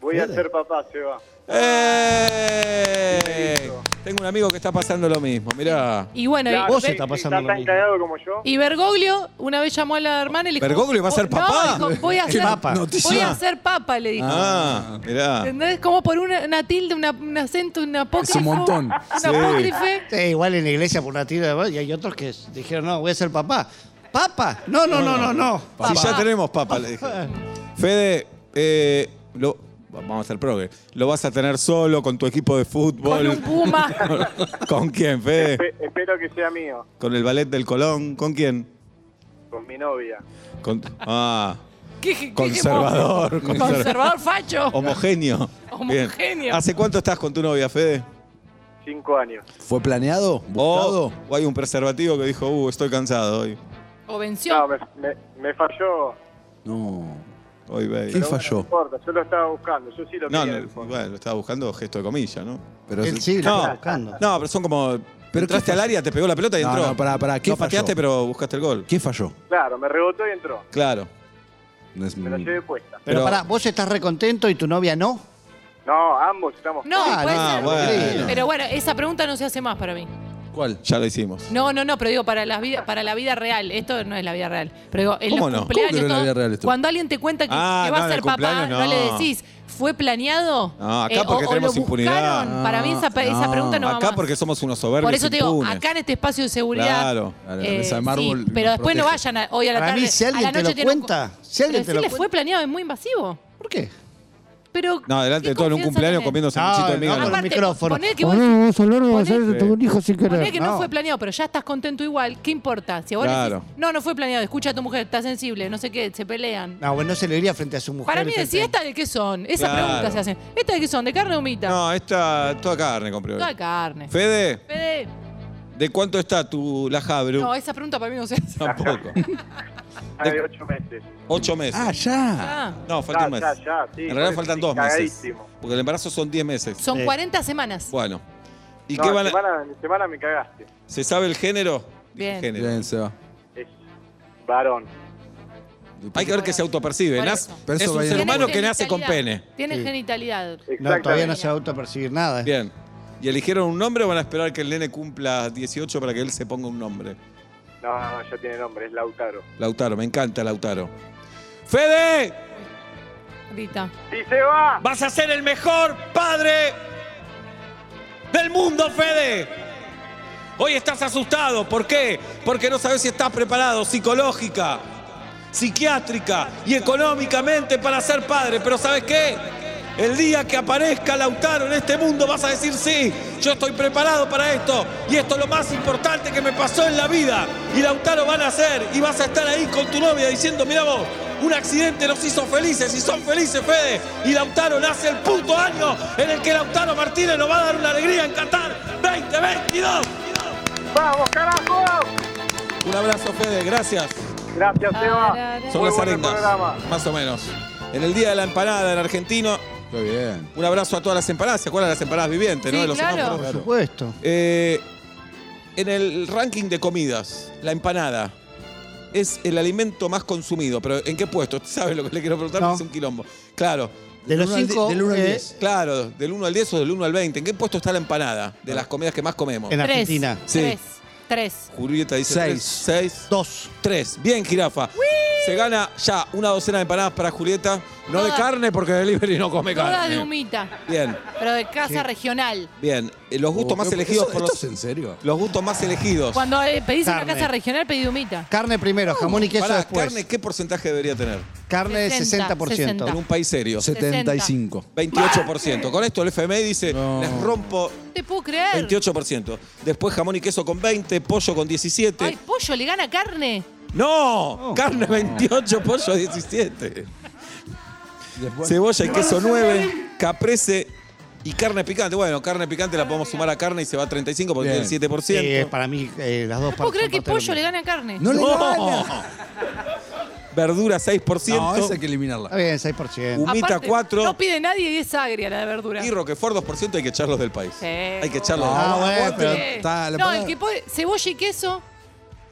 A: Voy a ser papá, Seba.
E: Ah, ¡Eh! Tengo un amigo que está pasando lo mismo, mirá.
H: Y bueno, eh, y-
F: Vos está pasando lo
A: tan
F: mismo.
A: cagado como yo?
H: y Bergoglio una vez llamó a la hermana y le dijo...
E: ¿Bergoglio va a ser
H: "Voy- no,
E: papá?
H: dijo, voy a
F: ¿Qué
H: ser
F: papa?
H: Voy a ser papa, le dijo.
E: Ah, mirá.
H: ¿Entendés? Como por una, una tilde, una, un acento, un apócrifo.
G: montón.
H: Un
E: Sí.
H: apócrife.
F: Sí, igual en la iglesia por una tira de voz, y hay otros que dijeron, no, voy a ser papá. ¿Papa? No, no, no, no, no.
E: Si ya tenemos papa, le dije. Fede, eh, lo, vamos a hacer progre. ¿Lo vas a tener solo con tu equipo de
H: Con
E: fútbol?
H: un puma.
E: ¿Con quién, Fede?
A: Espe- espero que sea mío,
E: ¿Con el ballet del Colón? ¿Con quién?
A: con mi novia.
E: Con, ah,
H: ¿Qué- qué- qué-
E: Conservador,
H: qué-
E: conserva-
H: Conservador facho.
E: homogéneo. Bien.
H: Homogéneo.
E: ¿Hace cuánto estás con tu novia, Fede?
A: Cinco años.
G: ¿Fue planeado?
E: ¿O,
G: ¿Buscado?
E: o Oh, hay un preservativo que dijo, uh, estoy cansado hoy?
H: O
A: No,
E: Ah,
H: venció.
A: me, me- me falló.
G: No.
E: Hoy, baby.
G: ¿Qué
A: pero bueno,
G: falló?
A: No importa, yo lo estaba buscando. Yo sí lo
E: No,
A: quería.
E: no, bueno, lo estaba buscando gesto de comilla, ¿no?
G: Pero
F: Él
G: se-
F: sí, lo
E: No.
F: está buscando.
E: No, pero son como.
G: qué
E: entraste al
G: falló?
E: área, te pegó la pelota y
G: No,
E: entró.
G: no, pará, pará, ¿qué
E: No pateaste,
G: falló?
E: pero buscaste el gol.
G: ¿Qué falló?
A: Claro, me rebotó y entró.
E: Claro.
G: No es-
A: Me
E: Mm.
A: la llevé puesta.
F: Pero,
E: Pero-
F: pará, vos estás recontento y tu novia no.
A: No, ambos estamos.
H: No,
F: Ah,
H: puede
E: no,
H: ser.
E: bueno.
H: Pero bueno, esa pregunta no se hace más para mí.
G: ¿Cuál?
E: Ya lo hicimos.
H: No, no, no, pero digo, para la vida, para la vida real. Esto no es la vida real. Pero digo, en
E: ¿Cómo
H: los
E: no?
H: cumpleaños.
G: ¿Cómo que no es la
H: todo,
G: vida real esto?
H: Cuando alguien te cuenta que,
E: Ah,
H: que va
E: no,
H: a
E: en el
H: ser papá,
E: cumpleaños
H: no.
E: no.
H: le decís, ¿fue planeado?
E: No, acá
H: Eh, o-
E: porque
H: o,
E: tenemos
H: lo
E: impunidad.
H: buscaron. Para mí esa, esa
G: No,
H: pregunta no va
E: Acá
H: más.
E: porque somos unos soberbios.
H: Por eso te digo,
E: impunes.
H: acá en este espacio de seguridad. eh,
E: Claro,
G: claro, la mesa de
H: sí,
G: mármol
H: pero
G: nos
H: después no
G: protege.
H: vayan a- hoy a la
F: Para
H: tarde.
F: mí, si alguien
H: a la
F: te
H: noche
F: lo
H: tienen un-
F: cuenta, si alguien
H: Pero
F: te lo
H: decirle fue planeado, es muy invasivo.
F: ¿Por qué?
H: Pero.
E: No, adelante
H: ¿qué
E: de todo en un cumpleaños
H: confianza tenés?
E: comiendo sanguchito de miga.
F: no,
E: no.
F: con el micrófono.
H: Poné que, vos decís- poné-
E: Sí.
H: poné que no.
F: No.
H: fue planeado, pero ya estás contento igual. ¿Qué importa? Si vos decís,
E: Claro.
H: no, no fue planeado, escucha a tu mujer, está sensible, no sé qué, se pelean.
F: No, bueno, no se le diría frente a su mujer.
H: Para mí,
F: y frente
H: decís,
F: a-
H: ¿esta de qué son? Esa
E: Claro.
H: pregunta se hacen. ¿Esta de qué son? ¿De carne o humita?
E: No, esta toda carne compré hoy.
H: Toda carne.
E: Fede,
H: Fede.
E: ¿de cuánto está tu la Jabru?
H: No, esa pregunta para mí no se hace.
E: Tampoco.
A: Hay ocho meses.
E: Ocho meses.
G: Ah, ya.
H: Ah,
E: no, falta
A: Ya,
E: un mes.
A: ya, ya, sí.
E: en realidad faltan dos meses.
A: Cagadísimo.
E: Porque el embarazo son diez meses.
H: son 40 semanas.
E: Bueno. ¿Y
A: No,
E: qué van a-
A: semana, en semana me cagaste.
E: ¿Se sabe el género? Dije
H: Bien.
E: género.
G: Bien, Seba.
A: Es varón.
E: Hay que ver que se autopercibe.
H: Por
E: Nas-
H: eso.
G: Pero
E: Es
G: eso va
E: un
G: a ir-
E: ser humano que
H: Tiene
E: nace con
H: genitalidad.
E: pene.
H: Tiene
F: Sí.
H: genitalidad.
F: No, todavía no
A: Exactamente.
F: se va a autopercibir nada.
E: Bien. ¿Y eligieron un nombre o van a esperar que el nene cumpla 18 para que él se ponga un nombre?
A: No, no, ya tiene nombre, es Lautaro.
E: Lautaro, me encanta Lautaro. ¡Fede!
H: Grita.
A: ¡Sí se va!
E: ¡Vas a ser el mejor padre del mundo, Fede! Hoy estás asustado. ¿Por qué? Porque no sabes si estás preparado psicológica, psiquiátrica y económicamente para ser padre. Pero ¿sabes qué? El día que aparezca Lautaro en este mundo vas a decir sí, yo estoy preparado para esto y esto es lo más importante que me pasó en la vida. Y Lautaro van a ser y vas a estar ahí con tu novia diciendo, mira vos, un accidente nos hizo felices y son felices, Fede. Y Lautaro nace el puto año en el que Lautaro Martínez nos va a dar una alegría en Qatar 2022.
A: ¡Vamos, carajo!
E: Un abrazo, Fede, gracias.
A: Gracias,
H: Ah,
A: Seba.
E: Son
A: Muy
E: las
A: bueno el
E: arengas,
A: programa.
E: más o menos. En el Día de la Empanada en Argentino,
G: Está bien.
E: un abrazo a todas las empanadas. ¿Se acuerdan las empanadas vivientes, no?
H: Sí,
E: De los
H: claro.
E: semáforos.
F: Por supuesto.
E: Eh, en el ranking de comidas, la empanada es el alimento más consumido. Pero ¿en qué puesto? ¿Usted sabe lo que le quiero preguntar?
F: No.
E: Es un quilombo. Claro,
F: De los
G: uno al di-
F: cinco.
G: del uno al
F: eh,
G: diez.
E: claro, del 1 al 10 o del 1 al 20. ¿En qué puesto está la empanada de las comidas que más comemos?
F: En
H: Tres.
F: Argentina.
E: Sí.
H: Tres. Tres.
E: Julieta dice
G: Seis.
E: 6. 6.
F: Dos.
E: 3. Bien, jirafa. Se gana ya una docena de empanadas para Julieta. No de
H: Todas-
E: carne porque Delivery no come
H: Todas de
E: carne.
H: humita.
E: Bien,
H: Pero de casa regional.
E: bien. Eh, Los gustos más
G: Eso-
E: elegidos por
G: ¿esto es
E: los.
G: en serio?
E: Los gustos más elegidos.
H: Cuando eh, pedís
F: Carne.
H: una casa regional, pedí humita.
F: Carne primero, jamón y queso
E: Pará,
F: después.
E: carne, ¿qué porcentaje debería tener?
F: Carne
H: 60,
F: 60%.
H: 60.
E: En un país serio.
G: 75.
E: 28%. Con esto el FMI dice,
G: No.
E: les rompo
H: No te puedo creer.
E: 28%. Después jamón y queso con 20, pollo con 17.
H: Ay, pollo, le gana carne.
G: Oh.
E: ¡No! Carne 28, pollo 17.
G: Después-
E: Cebolla y queso 9, caprese y carne picante. Bueno, carne picante la podemos sumar a carne y se va a 35 porque
G: Bien.
E: tiene el 7%.
F: Sí, es para mí eh, las dos
H: No puedo creer que
F: son parte
H: pollo
F: de
H: le
F: lo mismo.
H: gana carne.
G: No le
E: ¡No!
G: gana.
E: Verdura 6%.
G: Eh. No, esa hay que eliminarla.
F: Está bien, 6%.
E: Humita
H: Aparte,
E: 4.
H: No pide nadie y es agria la de verdura.
E: Y Roquefort 2% hay que echarlos del país.
H: Sí.
E: Hay que echarlos. del
G: Ah,
E: país.
G: bueno,
F: bueno,
G: pero
H: Sí.
G: está la
H: no,
G: palabra-
H: el que puede. Cebolla y queso.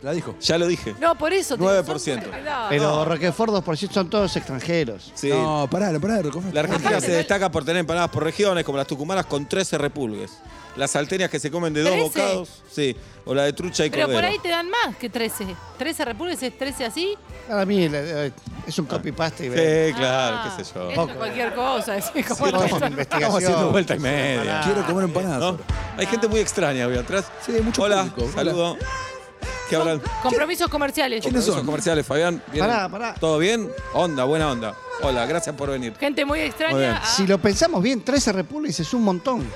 G: La dijo.
E: Ya lo dije.
H: No, por eso. te digo,
E: 9%.
H: son- Ah, No.
F: Pero Roquefort 2% son todos extranjeros.
E: Sí.
G: No, pará, pará, ¿cómo?
E: La Argentina
H: Aparte,
E: se
H: no-
E: destaca por tener empanadas por regiones, como las tucumanas con 13 repulgues. Las salteñas que se comen de dos
H: ¿Trece?
E: bocados. Sí. O la de trucha y
H: Pero
E: cordero.
H: por ahí te dan más que 13. 13 repúblicas es 13 así.
F: Para mí eh, es un copy-paste. y ve.
E: Sí, claro,
H: Ah,
E: qué sé yo.
H: esto es cualquier cosa. es como-
F: Vamos
E: no.
F: con investigación.
E: Estamos haciendo vuelta y media.
G: Quiero comer empanadas.
E: ¿no?
G: ahora.
E: Hay gente muy extraña hoy atrás.
G: Sí, mucho
E: Hola,
G: público. Hola.
E: saludo. ¿Qué hablan?
H: Compromisos comerciales.
G: ¿Quiénes
E: Compromisos
G: son?
E: comerciales, Fabián. ¿Vienen?
F: Pará, pará.
E: ¿Todo bien? Onda, buena onda. Hola, gracias por venir.
H: Gente muy
E: Muy bien.
H: extraña. ah,
F: Si lo pensamos bien, 13 repúblicas es un montón.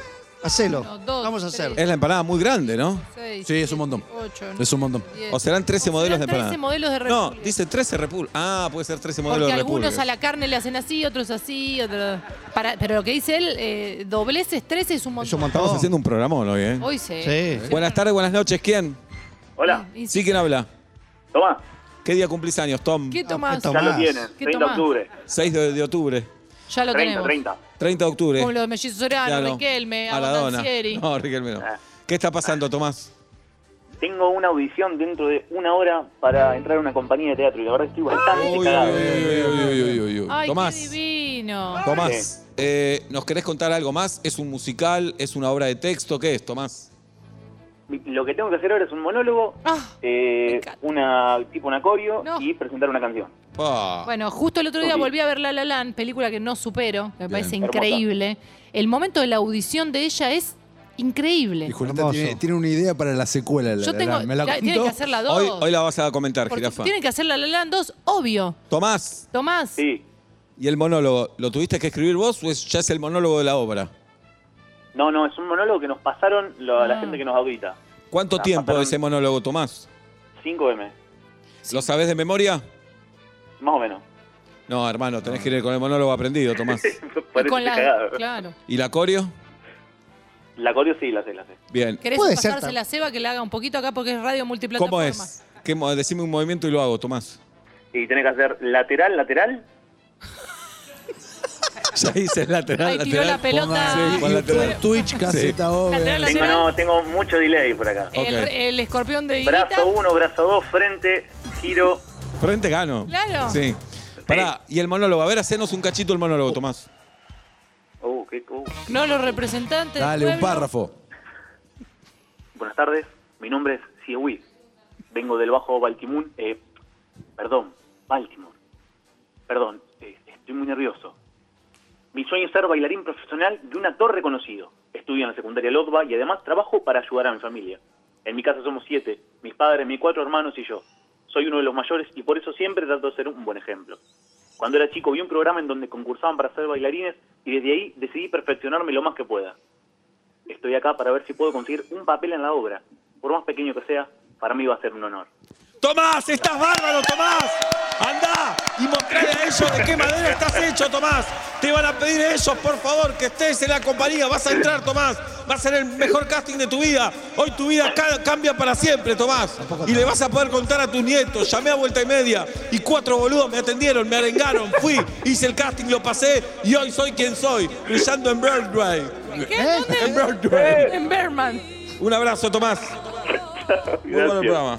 F: Hacelo.
H: Uno, dos,
F: Vamos a
H: tres.
F: hacer.
E: Es la empanada muy grande, ¿no?
H: seis,
G: Sí, es un montón.
H: siete, ocho,
G: Es un montón.
H: diez.
E: O serán 13
H: O
E: modelos de
H: serán
E: empanada.
H: 13 modelos de
E: No,
H: repúblicas.
E: dice 13 repul. Ah, puede ser 13 modelos
H: Porque
E: de
H: algunos
E: repúblicas.
H: a la carne le hacen así, otros así, otros... Para, pero lo que dice él, eh, dobleces, 13 es un montón.
F: Es un montón.
E: Estamos haciendo un programón hoy, ¿eh?
H: Hoy se...
F: Sí.
E: Buenas tardes, buenas noches. ¿Quién?
D: Hola,
H: Y-
E: Sí, ¿quién habla?
D: toma,
E: ¿Qué día cumplís años, Tom?
H: ¿Qué
F: Ah,
H: tomás?
F: ¿qué tomás?
D: ya lo
F: Tomás.
D: tienen,
H: ¿Qué
D: 30 de
H: tomás?
D: octubre,
E: 6 de, de octubre.
H: Ya lo
D: 30,
H: tenemos.
D: 30.
E: 30 de octubre.
H: Como los de Mellizos Orano,
E: Claro.
H: Ah, Riquelme,
E: Maradona.
H: Abondancieri.
E: No, Riquelme no.
D: Ah.
E: ¿Qué está pasando, Tomás?
D: Tengo una audición dentro de una hora para entrar a una compañía de teatro y la verdad estoy bastante
E: Uy,
D: cagado.
E: uy, uy, uy, uy, uy, uy.
H: Ay,
E: Tomás,
H: qué divino.
E: Tomás, eh, ¿nos querés contar algo más? ¿Es un musical? ¿Es una obra de texto? ¿Qué es, Tomás?
D: Mi- Lo que tengo que hacer ahora es un monólogo,
H: Ah,
D: eh,
H: me encanta.
D: una tipo una coreo
H: No.
D: y presentar una canción.
E: Pa.
H: Bueno, justo el otro día
D: Sí.
H: volví a ver La La Land, película que no supero, que me parece
D: Hermosa.
H: increíble. El momento de la audición de ella es increíble.
G: Y Julieta
F: Hermoso.
G: tiene, tiene una idea para la secuela. la-
H: Yo
G: la-
H: tengo...
G: me la
H: la-
G: contó.
H: tienen que hacer la 2.
E: hoy, hoy la vas a comentar, jirafa.
H: Tienen que hacer La La Land 2, obvio.
E: Tomás,
H: Tomás.
D: Sí.
E: ¿y el monólogo? ¿Lo tuviste que escribir vos o es, ya es el monólogo de la obra?
D: No, no, es un monólogo que nos pasaron lo- la
H: Ah.
D: gente que nos audita.
E: ¿Cuánto
D: Ah,
E: tiempo
D: pasaron-
E: ese monólogo, Tomás?
D: 5M,
E: ¿Lo sabés de memoria?
D: más o menos.
E: No, hermano, tenés que ir con el monólogo aprendido, Tomás.
H: Y
D: Parece
H: con la-
D: cagado.
H: Claro.
E: ¿Y la coreo?
D: La coreo sí la sé, la sé.
E: Bien.
H: ¿Querés
F: Puede ser
H: pasársela a Seba que la haga un poquito acá porque es radio multiplataforma?
E: ¿Cómo es? ¿Qué mo- decime un movimiento y lo hago, Tomás.
D: Y tenés que hacer lateral, lateral.
E: Ya hice el lateral,
H: Ahí tiró
E: lateral.
H: la pelota.
E: Sí, con la
G: YouTube,
E: lateral.
G: Twitch, caseta O.
H: Lateral,
D: Tengo,
H: lateral.
D: no, tengo mucho delay por acá.
H: El,
E: Ok.
H: el escorpión de Higuita.
D: Brazo 1, brazo 2, frente, giro.
E: Frente gano.
H: Claro.
E: Sí. Pará, y el monólogo. A ver, hacenos un cachito el monólogo, Tomás.
D: Uh, qué- uh.
H: No, los representantes. del
G: Dale, un
H: pueblo.
G: párrafo.
D: Buenas tardes, mi nombre es Siewi. Vengo del Bajo Baltimore. eh, perdón, Baltimore. Perdón, eh, estoy muy nervioso. Mi sueño es ser bailarín profesional de un actor reconocido. Estudio en la secundaria Lotba y además trabajo para ayudar a mi familia. En mi casa somos siete, mis padres, mis cuatro hermanos y yo. Soy uno de los mayores y por eso siempre trato de ser un buen ejemplo.
I: Cuando era chico vi un programa en donde concursaban para ser bailarines y desde ahí decidí perfeccionarme lo más que pueda. Estoy acá para ver si puedo conseguir un papel en la obra. Por más pequeño que sea, para mí va a ser un honor.
E: Tomás, estás bárbaro, Tomás. Andá y mostrale a ellos de qué madera estás hecho, Tomás. Te van a pedir ellos, por favor, que estés en la compañía. Vas a entrar, Tomás. Va a ser el mejor casting de tu vida. Hoy tu vida ca- cambia para siempre, Tomás. Y le vas a poder contar a tus nietos. Llamé a vuelta y media y cuatro boludos me atendieron, me arengaron. Fui, hice el casting, lo pasé y hoy soy quien soy, brillando en Broadway.
H: ¿Qué? ¿Dónde?
F: ¿Eh?
E: En Broadway.
H: En Berman.
E: Un abrazo, Tomás. Muy bueno el programa.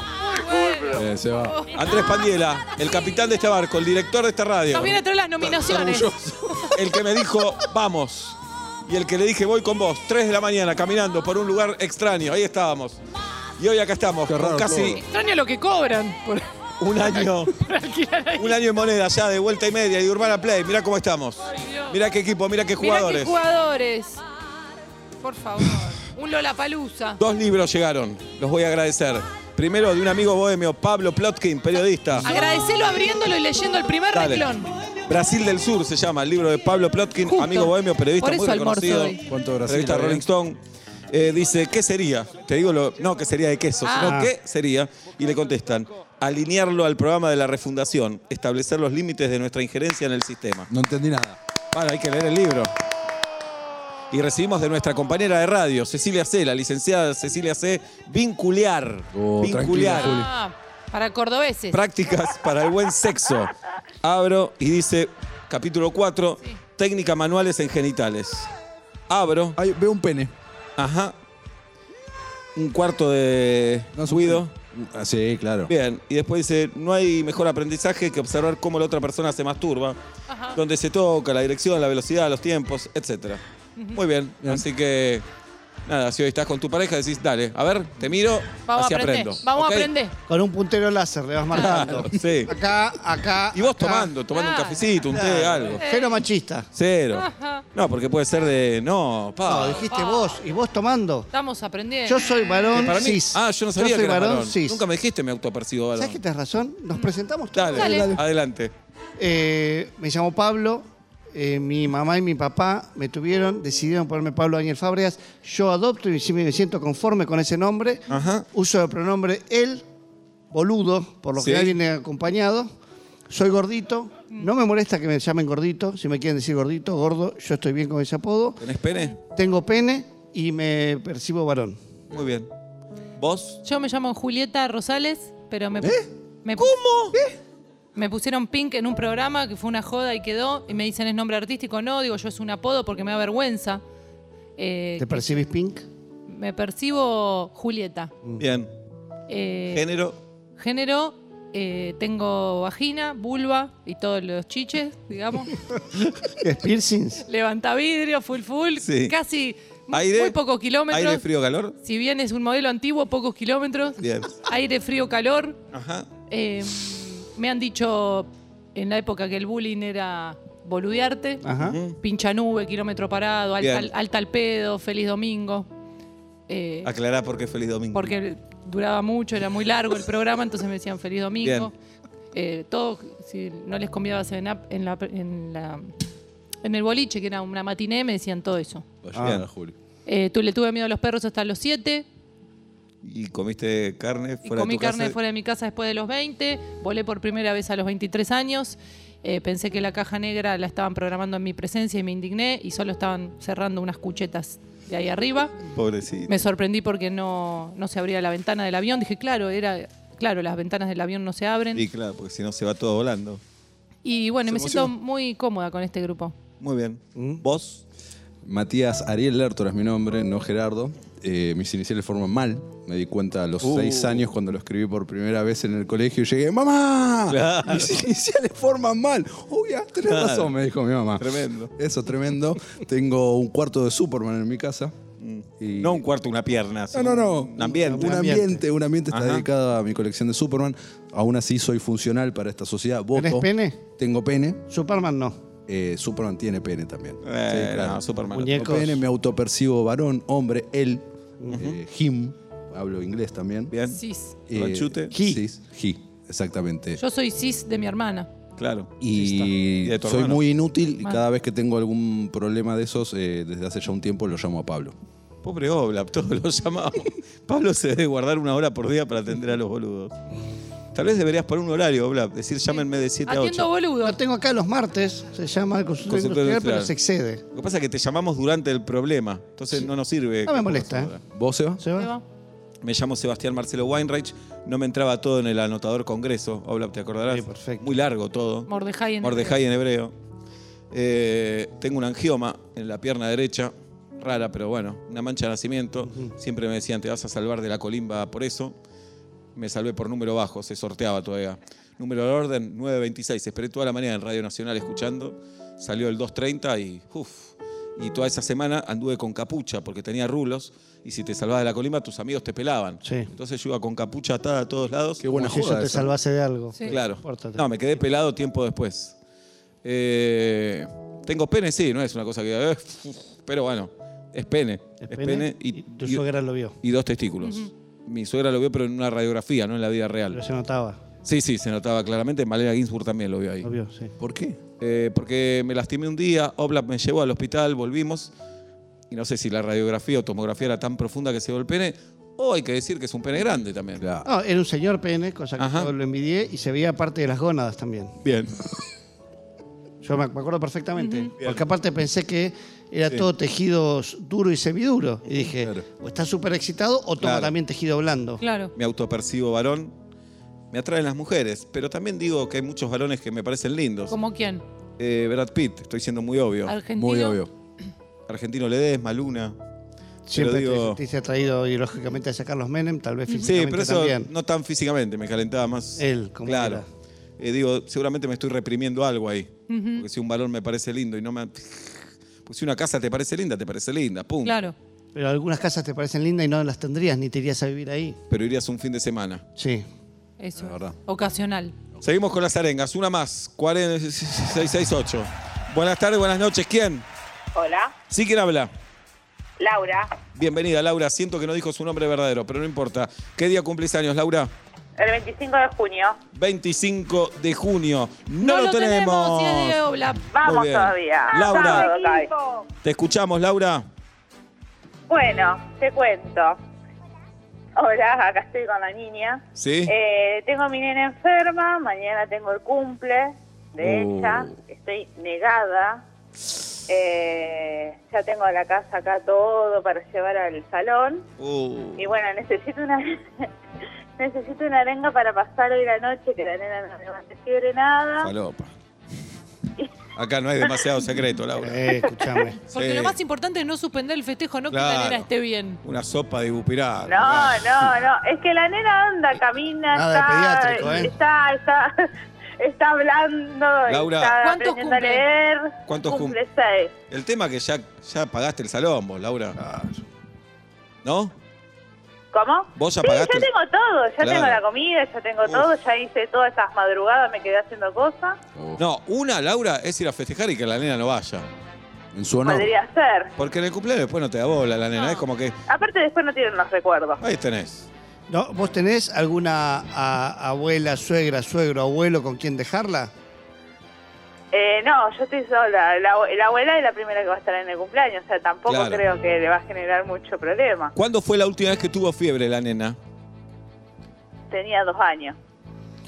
H: Oh.
G: Eh, se va.
E: Andrés Pandiela, el capitán de este barco, el director de esta radio.
H: Nos viene a traer las nominaciones.
E: el que me dijo, vamos. Y el que le dije, voy con vos, 3 de la mañana, caminando por un lugar extraño. Ahí estábamos. Y hoy acá estamos,
G: Qué
E: con
G: raro
E: casi
H: Extraño lo que cobran por,
E: un año,
H: por alquilar ahí.
E: un año en moneda ya, de vuelta y media, y Urbana Play. Mirá cómo estamos.
H: Dios.
E: Mirá qué equipo, mirá qué
H: Mirá qué
E: jugadores.
H: jugadores. Por favor. Un Lollapalooza.
E: Dos libros llegaron, los voy a agradecer. Primero de un amigo bohemio, Pablo Plotkin, periodista.
H: Agradecelo abriéndolo y leyendo el primer
E: Dale.
H: renglón.
E: Brasil del Sur se llama el libro de Pablo Plotkin,
H: Justo.
E: amigo bohemio, periodista
H: Por eso
E: muy
H: almuerzo
E: reconocido.
H: hoy.
G: ¿Cuánto Brasil
E: Periodista
G: había?
E: Rolling Stone. Eh, dice, ¿qué sería? Te digo, lo, no, que sería de queso,
H: Ah.
E: sino ¿qué sería? Y le contestan, alinearlo al programa de la refundación, establecer los límites de nuestra injerencia en el sistema.
G: No entendí nada.
E: Bueno, hay que leer el libro. Y recibimos de nuestra compañera de radio, Cecilia C., la licenciada Cecilia C., vincular.
G: Oh, tranquila,
E: vincular.
G: Juli.
H: Ah, para cordobeses.
E: Prácticas para el buen sexo. Abro y dice, capítulo 4, técnica manuales en genitales. Abro,
G: Ay, veo un pene.
E: ajá, un cuarto de
G: No es un
E: cuido.
G: pene. Ah, sí, claro.
E: Bien, y después dice, no hay mejor aprendizaje que observar cómo la otra persona se masturba, donde se toca, la dirección, la velocidad, los tiempos, etc. Muy bien, así que nada, si hoy estás con tu pareja decís, dale, a ver, te miro,
H: Vamos
E: así
H: a aprender.
E: aprendo.
H: Vamos
E: ¿ok?
H: a aprender.
F: Con un puntero láser le vas marcando.
E: Sí.
F: Acá, acá.
E: Y vos
F: acá.
E: tomando, tomando un
H: Claro.
E: cafecito, un té,
F: Claro.
E: algo.
F: Cero machista.
E: Cero.
H: Ajá.
E: No, porque puede ser de. No,
F: No,
E: pa.
F: dijiste
H: Ah.
F: vos. Y vos tomando.
H: Estamos aprendiendo.
F: Yo soy varón
E: Para mí.
F: cis.
E: Ah, yo no sabía
F: soy
E: que eras
F: varón,
E: varón.
F: cis.
E: Nunca me dijiste me autopercibo varón.
F: ¿Sabes que tenés razón? Nos
H: Mm.
F: presentamos todos.
E: Dale,
H: Dale. Dale.
E: adelante.
F: Eh, me llamo Pablo. eh, mi mamá y mi papá me tuvieron, decidieron ponerme Pablo Daniel Fábregas. Yo adopto y sí me siento conforme con ese nombre.
E: Ajá.
F: Uso el pronombre él, boludo, por lo
E: Sí.
F: general viene acompañado. Soy gordito. No me molesta que me llamen gordito. Si me quieren decir gordito, gordo, yo estoy bien con ese apodo.
E: ¿Tenés pene?
F: Tengo pene y me percibo varón.
E: Muy bien. ¿Vos?
H: Yo me llamo Julieta Rosales, pero me.
E: ¿Eh?
H: ¿Cómo? Me pusieron pink en un programa que fue una joda y quedó. Y me dicen es nombre artístico. No, digo yo es un apodo porque me da vergüenza. Eh,
F: ¿Te percibís pink?
H: me percibo Julieta.
E: Bien.
H: Eh,
E: Género.
H: género, eh, tengo vagina, vulva y todos los chiches, digamos.
F: ¿Es piercings?
H: Levanta vidrio, full full,
E: Sí.
H: casi mu-
E: Aire.
H: muy pocos kilómetros.
E: Aire, frío, calor.
H: Si bien es un modelo antiguo, pocos kilómetros.
E: Bien.
H: Aire, frío, calor.
E: Ajá.
H: Eh, me han dicho en la época que el bullying era boludearte,
F: Ajá.
H: pincha nube, kilómetro parado, alta,
E: Bien.
H: alta al pedo, feliz domingo. Eh,
E: Aclará porque feliz domingo.
H: porque duraba mucho, era muy largo el programa, entonces me decían feliz domingo. Eh, todo, si no les convidaba Seven Up en la, en la- en el boliche, que era una matiné, me decían todo eso.
E: Pues
G: Vaya,
F: Ah.
G: nada, Juli.
H: Eh, tú le tuve miedo a los perros hasta los 7
E: ¿Y comiste carne
H: y
E: fuera de
H: comí
E: tu casa?
H: carne fuera de mi casa después de los 20, volé por primera vez a los 23 años, eh, pensé que la caja negra la estaban programando en mi presencia y me indigné y solo estaban cerrando unas cuchetas de ahí arriba.
E: Pobrecito.
H: Me sorprendí porque no, no se abría la ventana del avión. Dije, claro, era. Claro, las ventanas del avión no se abren.
E: Y claro, porque si no se va todo volando.
H: Y bueno,
E: Se
H: me siento
E: emocionó.
H: muy cómoda con este grupo.
E: Muy bien. ¿Vos?
G: Matías Ariel Lertora es mi nombre, no Gerardo. Eh, mis iniciales forman mal. Me di cuenta a los
E: Uh.
G: seis años cuando lo escribí por primera vez en el colegio y llegué, ¡Mamá!
E: Claro.
G: Mis iniciales forman mal. Uy, ah, tenés
E: Claro.
G: razón, me dijo mi mamá.
E: Tremendo.
G: Eso, tremendo. Tengo un cuarto de Superman en mi casa. Y-
E: Mm. No un cuarto, una pierna.
G: No,
E: sino
G: no, no.
E: Un ambiente.
G: Un ambiente, un ambiente está
E: Ajá.
G: dedicado a mi colección de Superman. Aún así soy funcional para esta sociedad. Voto.
F: ¿Tenés pene?
G: Tengo pene.
F: Superman no.
G: Eh, Superman tiene pene también.
E: Eh,
G: Sí, claro.
E: no, Superman.
F: Muñe-
G: Tengo pene, me autopercibo varón, hombre, él, eh, him. Hablo inglés también.
E: Bien.
H: Cis.
E: Manchute.
G: cis, he, exactamente.
H: Yo soy cis de mi hermana.
E: Claro.
G: Y
E: de tu
G: soy
E: hermano.
G: muy inútil y
H: Mal.
G: cada vez que tengo algún problema de esos, eh, desde hace ya un tiempo lo llamo a Pablo.
E: Pobre Oblap, todos lo llamamos. Pablo se debe guardar una hora por día para atender a los boludos. Tal vez deberías poner un horario, Oblap, decir llámenme de 7 a 8.
H: Atiendo boludo.
F: Lo tengo acá los martes, se llama el consultorio
E: Consultorio
F: industrial, pero
E: industrial.
F: se excede.
E: Lo que pasa es que te llamamos durante el problema, entonces no nos sirve.
F: No me molesta,
E: ahora.
G: ¿Vos, Seba?
F: ¿Se
H: Ahí
F: va?
H: va.
E: Me llamo Sebastián Marcelo Weinreich, no me entraba todo en el anotador Congreso, Oblap, te acordarás.
F: Sí, perfecto.
E: Muy largo todo.
H: Mordejai en
E: Mordejai en hebreo. Eh, tengo un angioma en la pierna derecha, rara, pero bueno, una mancha de nacimiento. Siempre me decían, te vas a salvar de la colimba por eso. Me salvé por número bajo, se sorteaba todavía. Número de orden, 926. Esperé toda la mañana en Radio Nacional escuchando. Salió el 230 y uff. Y toda esa semana anduve con capucha porque tenía rulos. Y si te salvabas de la colimba, tus amigos te pelaban.
F: Sí.
E: Entonces yo iba con capucha atada a todos lados.
G: Qué buena
F: si
G: joda
F: yo te
G: esa.
F: salvase de algo.
H: Sí.
E: Claro.
F: Pórtate.
E: No, me quedé pelado tiempo después. Eh, tengo pene, sí, no es una cosa que. eh, pero bueno, es pene. Es pene, y,
F: y tu
E: y-
F: suegra lo vio,
E: y dos testículos. Mi suegra lo vio, pero en una radiografía, no en la vida
F: pero
E: real.
F: se notaba,
E: Sí, sí, se notaba claramente. Malena Ginsburg también lo vio ahí.
F: lo vio, sí.
G: ¿Por qué?
E: Eh, porque me lastimé un día, Oblap me llevó al hospital, volvimos, y no sé si la radiografía o tomografía era tan profunda que se vio el pene, o hay que decir que es un pene grande también.
G: Claro.
F: No, Ah, era un señor pene, cosa que
E: Ajá.
F: yo lo envidié, y se veía parte de las gónadas también.
E: Bien.
F: Yo me me acuerdo perfectamente, porque aparte pensé que era todo tejido s- duro y semiduro. Y dije,
G: Claro.
F: o está súper excitado o toma
E: Claro.
F: también tejido blando.
H: Claro.
E: me autopercibo varón. Me atraen las mujeres, pero también digo que hay muchos varones que me parecen lindos.
H: ¿Como quién?
E: Eh, Brad Pitt, estoy siendo muy obvio.
H: Argentino.
G: Muy obvio.
E: Argentino Ledesma, Luna.
F: Siempre
E: Pero
F: te
E: digo-
F: sentiste atraído ideológicamente a sacar los Menem, tal vez
E: Sí,
F: físicamente
E: pero eso
F: también.
E: no tan físicamente, me calentaba más.
F: Él, como
E: Claro.
F: era.
E: Eh, digo, seguramente me estoy reprimiendo algo ahí. Porque si un varón me parece lindo y no me. Porque si una casa te parece linda, te parece linda, pum.
H: Claro.
F: Pero algunas casas te parecen lindas y no las tendrías, ni te irías a vivir ahí.
E: Pero irías un fin de semana.
F: Sí.
H: Eso.
G: La verdad.
H: Ocasional.
E: Seguimos con las arengas, una más. 4668. Buenas tardes, buenas noches. ¿Quién?
J: Hola,
E: ¿Sí quién habla?
J: Laura,
E: Bienvenida, Laura. Siento que no dijo su nombre verdadero, pero no importa. ¿Qué día cumplís años, Laura?
J: el 25 de junio.
E: 25 de junio. ¡No, lo,
H: si es de
E: tenemos!
H: Oblap.
E: Muy
J: Vamos
E: bien.
J: todavía.
E: Laura,
J: Vamos, Kai.
E: te escuchamos, Laura.
J: Bueno, te cuento. Hola, acá estoy con la niña.
E: ¿Sí?
J: Eh, tengo a mi nena enferma, mañana tengo el cumple de
G: Oh.
J: ella, Ah. estoy negada. Eh, ya tengo la casa acá todo para llevar al salón.
E: Uh,
J: Y bueno, necesito una necesito una arenga para pasar hoy la noche, que la nena no me va a fiebre nada.
G: Falopa.
E: acá no hay demasiado secreto, Laura.
F: Eh, escuchame.
H: Porque
E: Sí.
H: lo más importante es no suspender el festejo, no que la
E: Claro.
H: nena esté bien.
E: Una sopa de gupirá.
J: No, no, no. Es que la nena anda, camina,
F: Nada de
J: está,
F: pediátrico, ¿eh?
J: está, está, está hablando,
E: Laura.
J: está
H: ¿Cuántos
J: aprendiendo a
H: cumple?
J: leer.
E: ¿Cuántos
J: cumple? seis.
E: El tema que ya, ya pagaste el salón, vos, Laura. ¿No?
J: ¿Cómo?
E: ¿Vos ya
J: sí,
E: pagaste?
J: ya tengo todo, ya
E: Claro.
J: tengo la comida, ya tengo
E: Uf.
J: todo, ya hice todas esas madrugadas, me quedé haciendo cosas.
G: Oh.
E: No, una, Laura, es ir a festejar y que la nena no vaya.
G: En su honor.
J: Podría ser.
E: Porque en el cumpleaños después no te da bola la nena.
H: No.
E: Es como que.
J: Aparte después no tienen los recuerdos.
E: Ahí tenés.
F: No, ¿Vos tenés alguna a- abuela, suegra, suegro, abuelo con quien dejarla?
J: Eh, no, yo estoy sola. La, abue- la abuela es la primera que va a estar en el cumpleaños, o sea, tampoco
E: Claro.
J: creo que le va a generar mucho problema.
E: ¿Cuándo fue la última vez que tuvo fiebre la nena?
J: Tenía dos años.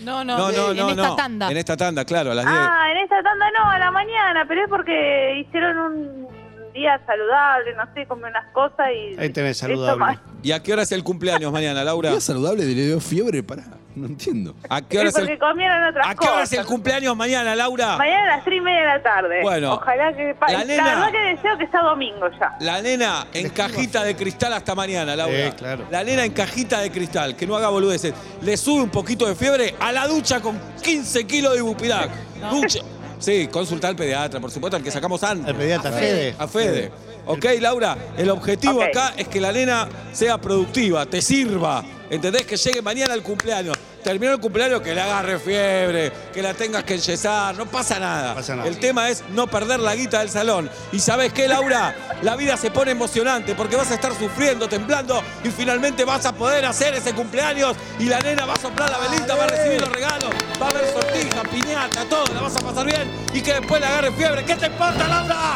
H: No, no, en esta tanda.
E: En esta tanda, claro, a las 10.
J: Ah, en esta tanda no, a la mañana, pero es porque hicieron un día saludable, no sé, comí unas cosas y...
F: Ahí tenés
J: eso
F: saludable.
J: más.
E: ¿Y a qué hora es el cumpleaños mañana, Laura?
G: ¿Día saludable de le dio fiebre? Pará. No entiendo.
E: ¿A qué hora
J: Es
E: es
J: porque
E: el,
J: comieron otras
E: ¿a qué hora es el
J: cosas.
E: cumpleaños mañana, Laura?
J: Mañana a las tres y media de la tarde.
E: Bueno,
J: Ojalá que... pa-
E: la nena-
J: verdad que deseo que sea domingo ya.
E: La nena en cajita de cristal hasta mañana, Laura.
F: Sí, claro.
E: La nena en cajita de cristal, que no haga boludeces. Le sube un poquito de fiebre a la ducha con 15 kilos de bupidac. Ducha. Sí, consulta al pediatra, por supuesto, al que sacamos
F: Al
E: antes.
F: pediatra Fede.
E: A Fede. Ok, Laura, el objetivo
J: Ok.
E: acá es que la nena sea productiva, te sirva. ¿Entendés? Que llegue mañana al cumpleaños. Terminó el cumpleaños, que le agarre fiebre, que la tengas que enyesar, no pasa nada.
F: Pasa nada.
E: El tema es no perder la guita del salón. Y sabes qué, Laura, la vida se pone emocionante porque vas a estar sufriendo, temblando y finalmente vas a poder hacer ese cumpleaños y la nena va a soplar la velita, va a recibir los regalos, va a haber sortija, piñata, todo, la vas a pasar bien y que después le agarre fiebre. ¿Qué te importa, Laura?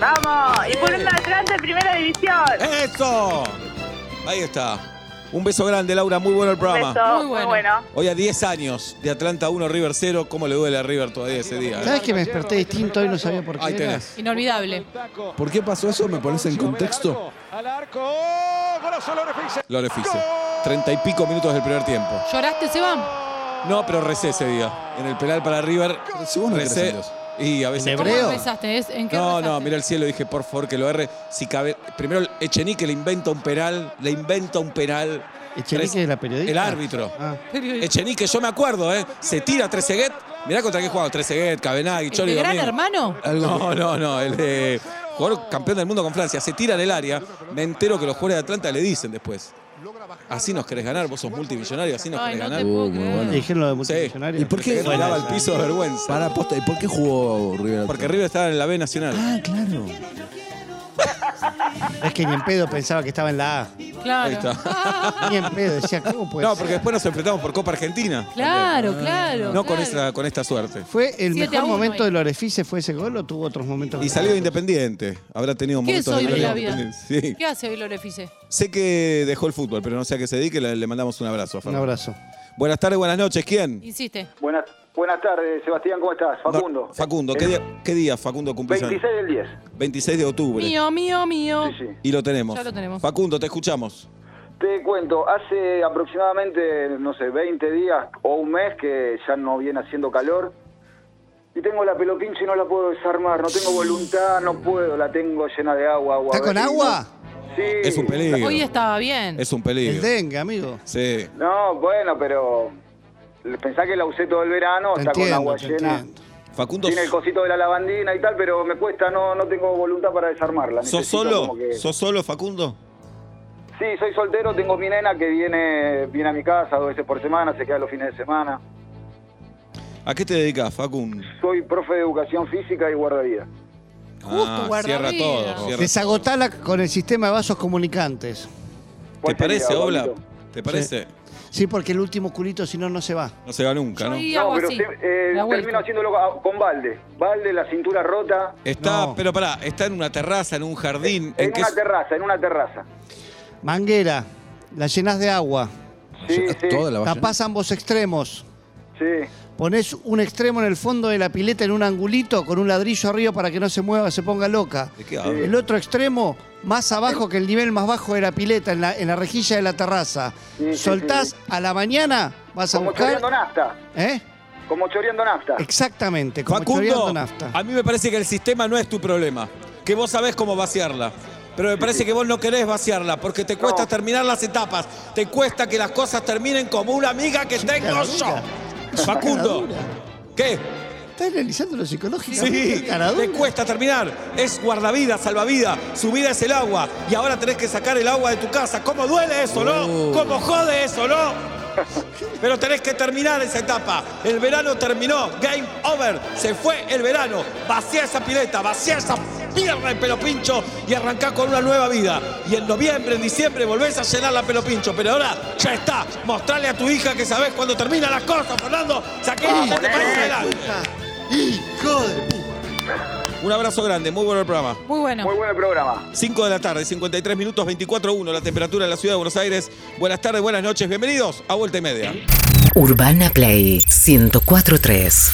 J: Vamos, y por un adelante primera división.
E: ¡Eso! Ahí está. Un beso grande, Laura. Muy bueno el programa.
J: Un beso,
H: Muy
J: muy
H: bueno.
J: bueno.
E: Hoy a 10 años de Atlanta 1, River 0. ¿Cómo le duele a River todavía ese día? eh?
F: ¿Sabes que me desperté distinto hoy no sabía por qué?
E: Ahí
F: era?
E: tenés.
H: Inolvidable.
G: ¿Por qué pasó eso? ¿Me pones en contexto?
B: Al arco. ¡Oh! Golazo Lore Fixer.
E: Lore Fixe. Treinta y pico minutos del primer tiempo.
H: ¿Lloraste, Seba?
E: No, pero recé ese día. En el penal para River.
G: Si vos no crees en
E: Recé.
G: Dios.
E: Y a veces.
F: ¿En
H: ¿Cómo
F: Creo.
H: empezaste? ¿Es- ¿En qué
E: No,
H: empezaste?
E: no, mira el cielo, dije, por favor, que lo erre. Si cabe. Primero Echenique le inventa un penal, le inventa un penal.
F: ¿Echenique era periodista?
E: El árbitro.
F: Ah.
H: Periodista.
E: Echenique, yo me acuerdo, ¿eh? Se tira Trezeguet. Mirá contra qué jugaba Trezeguet, Cabenagui,
H: ¿El
E: Chori
H: de gran
E: Domínguez.
H: hermano?
E: No, no, no. El de jugador campeón del mundo con Francia. Se tira en el área. Me entero que los jugadores de Atlanta le dicen después. Así nos querés ganar, vos sos multimillonario, así nos
H: Ay,
E: querés
H: no
E: ganar.
H: te puedo
G: Uh, muy
H: creer.
G: bueno.
F: Le dijeron lo de
E: Sí.
F: multimillonario.
G: ¿Y por qué?
E: Que
G: Bueno,
E: Volaba al piso de vergüenza.
G: Para posta, ¿y por qué jugó River?
E: Porque River estaba en la B Nacional.
G: Ah, claro.
F: Es que ni en pedo pensaba que estaba en la A.
H: Claro.
E: Ahí está.
F: Ni en pedo, decía, ¿cómo
G: Pues
F: puede
E: No,
F: ser?
E: porque después nos enfrentamos por Copa Argentina.
H: Claro, claro.
E: Ah, No con
H: claro.
E: esta, con esta suerte.
F: ¿Fue el
H: Siete a
F: mejor
H: uno
F: momento
H: ahí.
F: del Orefice fue ese gol o tuvo otros momentos?
E: Y salió de Independiente. Habrá tenido
H: ¿Qué
E: momentos
H: es hoy de la
E: gloria
H: vida?
E: Independiente. Sí.
H: ¿Qué hace hoy Lorefice?
E: Sé que dejó el fútbol, pero no sé a qué se dedique. Le, le mandamos un abrazo a
F: Un
E: Fernando.
F: abrazo.
E: Buenas tardes, buenas noches. ¿Quién?
H: Insiste.
K: Buenas, buenas tardes, Sebastián, ¿cómo estás? Facundo.
E: No, Facundo. ¿Qué
K: El
E: día, qué día Facundo cumple
K: 26 del 10.
E: 26 de octubre.
H: Mío, mío, mío.
K: Sí, sí.
E: Y lo tenemos.
H: Ya lo tenemos.
E: Facundo, te escuchamos.
K: Te cuento, hace aproximadamente, no sé, 20 días o un mes que ya no viene haciendo calor. Y tengo la pelopincha y no la puedo desarmar, no tengo voluntad, no puedo, la tengo llena de agua. agua
F: ¿Está con
K: vecino.
F: agua?
K: Sí.
E: Es un peligro.
H: Hoy estaba bien.
E: Es un
F: El
E: peligro.
F: dengue, amigo.
E: Sí.
K: No, bueno, pero pensá que la usé todo el verano,
F: Te
K: está con
F: entiendo,
K: agua
F: te
K: llena.
F: entiendo.
E: Facundo,
K: Tiene el cosito de la lavandina y tal, pero me cuesta, no, no tengo voluntad para desarmarla.
E: ¿sos
K: necesito
E: solo?
K: como que-
E: ¿Sos solo, Facundo?
K: Sí, soy soltero, tengo mi nena que viene, viene a mi casa dos veces por semana, se queda los fines de semana.
E: ¿A qué te dedicas, Facundo?
K: Soy profe de educación física y guardavidas.
H: Justo,
E: Ah, cierra
H: guardavidas.
E: todo. cierra
F: Desagotala con el sistema de vasos comunicantes.
E: ¿Te
K: ¿Cuál
E: parece,
K: sería,
E: Obla?
K: Pablito?
E: ¿Te parece?
F: Sí, porque el último culito, si no, no se va.
E: No se va nunca, ¿no?
K: No,
H: Yo hago
K: pero
H: así.
K: usted, eh,
H: la
K: termino
H: vuelta.
K: haciéndolo a- con balde. Balde, la cintura rota.
E: Está,
F: No.
E: pero pará, está en una terraza, en un jardín.
K: En
E: qué
K: una
E: es-
K: terraza, en una terraza.
F: Manguera, la llenas de agua,
K: Sí, sí.
G: Toda la ballena.
F: tapás ambos extremos,
K: Sí.
F: ponés un extremo en el fondo de la pileta en un angulito con un ladrillo arriba para que no se mueva, se ponga loca.
E: ¿De qué habla?
F: El otro extremo, más abajo que el nivel más bajo de la pileta, en la, en la rejilla de la terraza.
K: Sí, sí,
F: Soltás
K: sí.
F: a la mañana, vas a
K: Como
F: buscar.
K: choreando nafta.
F: ¿Eh?
K: Como choreando nafta.
F: Exactamente, como
E: Facundo,
F: choreando nafta.
E: a mí me parece que el sistema no es tu problema. Que vos sabés cómo vaciarla. Pero me parece que vos no querés vaciarla porque te cuesta
K: No.
E: terminar las etapas. Te cuesta que las cosas terminen como una amiga que tengo
F: caradura.
E: yo. Facundo.
F: Caradura.
E: ¿Qué?
F: Estás analizando lo psicológico.
E: Sí,
F: Caradura.
E: te cuesta terminar. Es guardavidas, salvavidas. Su vida es el agua. Y ahora tenés que sacar el agua de tu casa. ¿Cómo duele eso, no? ¿Cómo jode eso, no? Pero tenés que terminar esa etapa. El verano terminó. Game over. Se fue el verano. Vacía esa pileta, vacía esa pierna de pelo pincho y arrancá con una nueva vida. Y en noviembre, en diciembre volvés a llenar la pelo pincho. Pero ahora ya está. Mostrale a tu hija que sabés cuando termina las cosas, Fernando. Saqué este país adelante.
F: Hijo de puta.
E: Un abrazo grande, muy bueno el programa.
H: Muy bueno.
K: Muy bueno el programa.
E: 5 de la tarde, 53 minutos, 24-1, la temperatura en la ciudad de Buenos Aires. Buenas tardes, buenas noches, bienvenidos a Vuelta y Media.
B: Urbana Play 1043.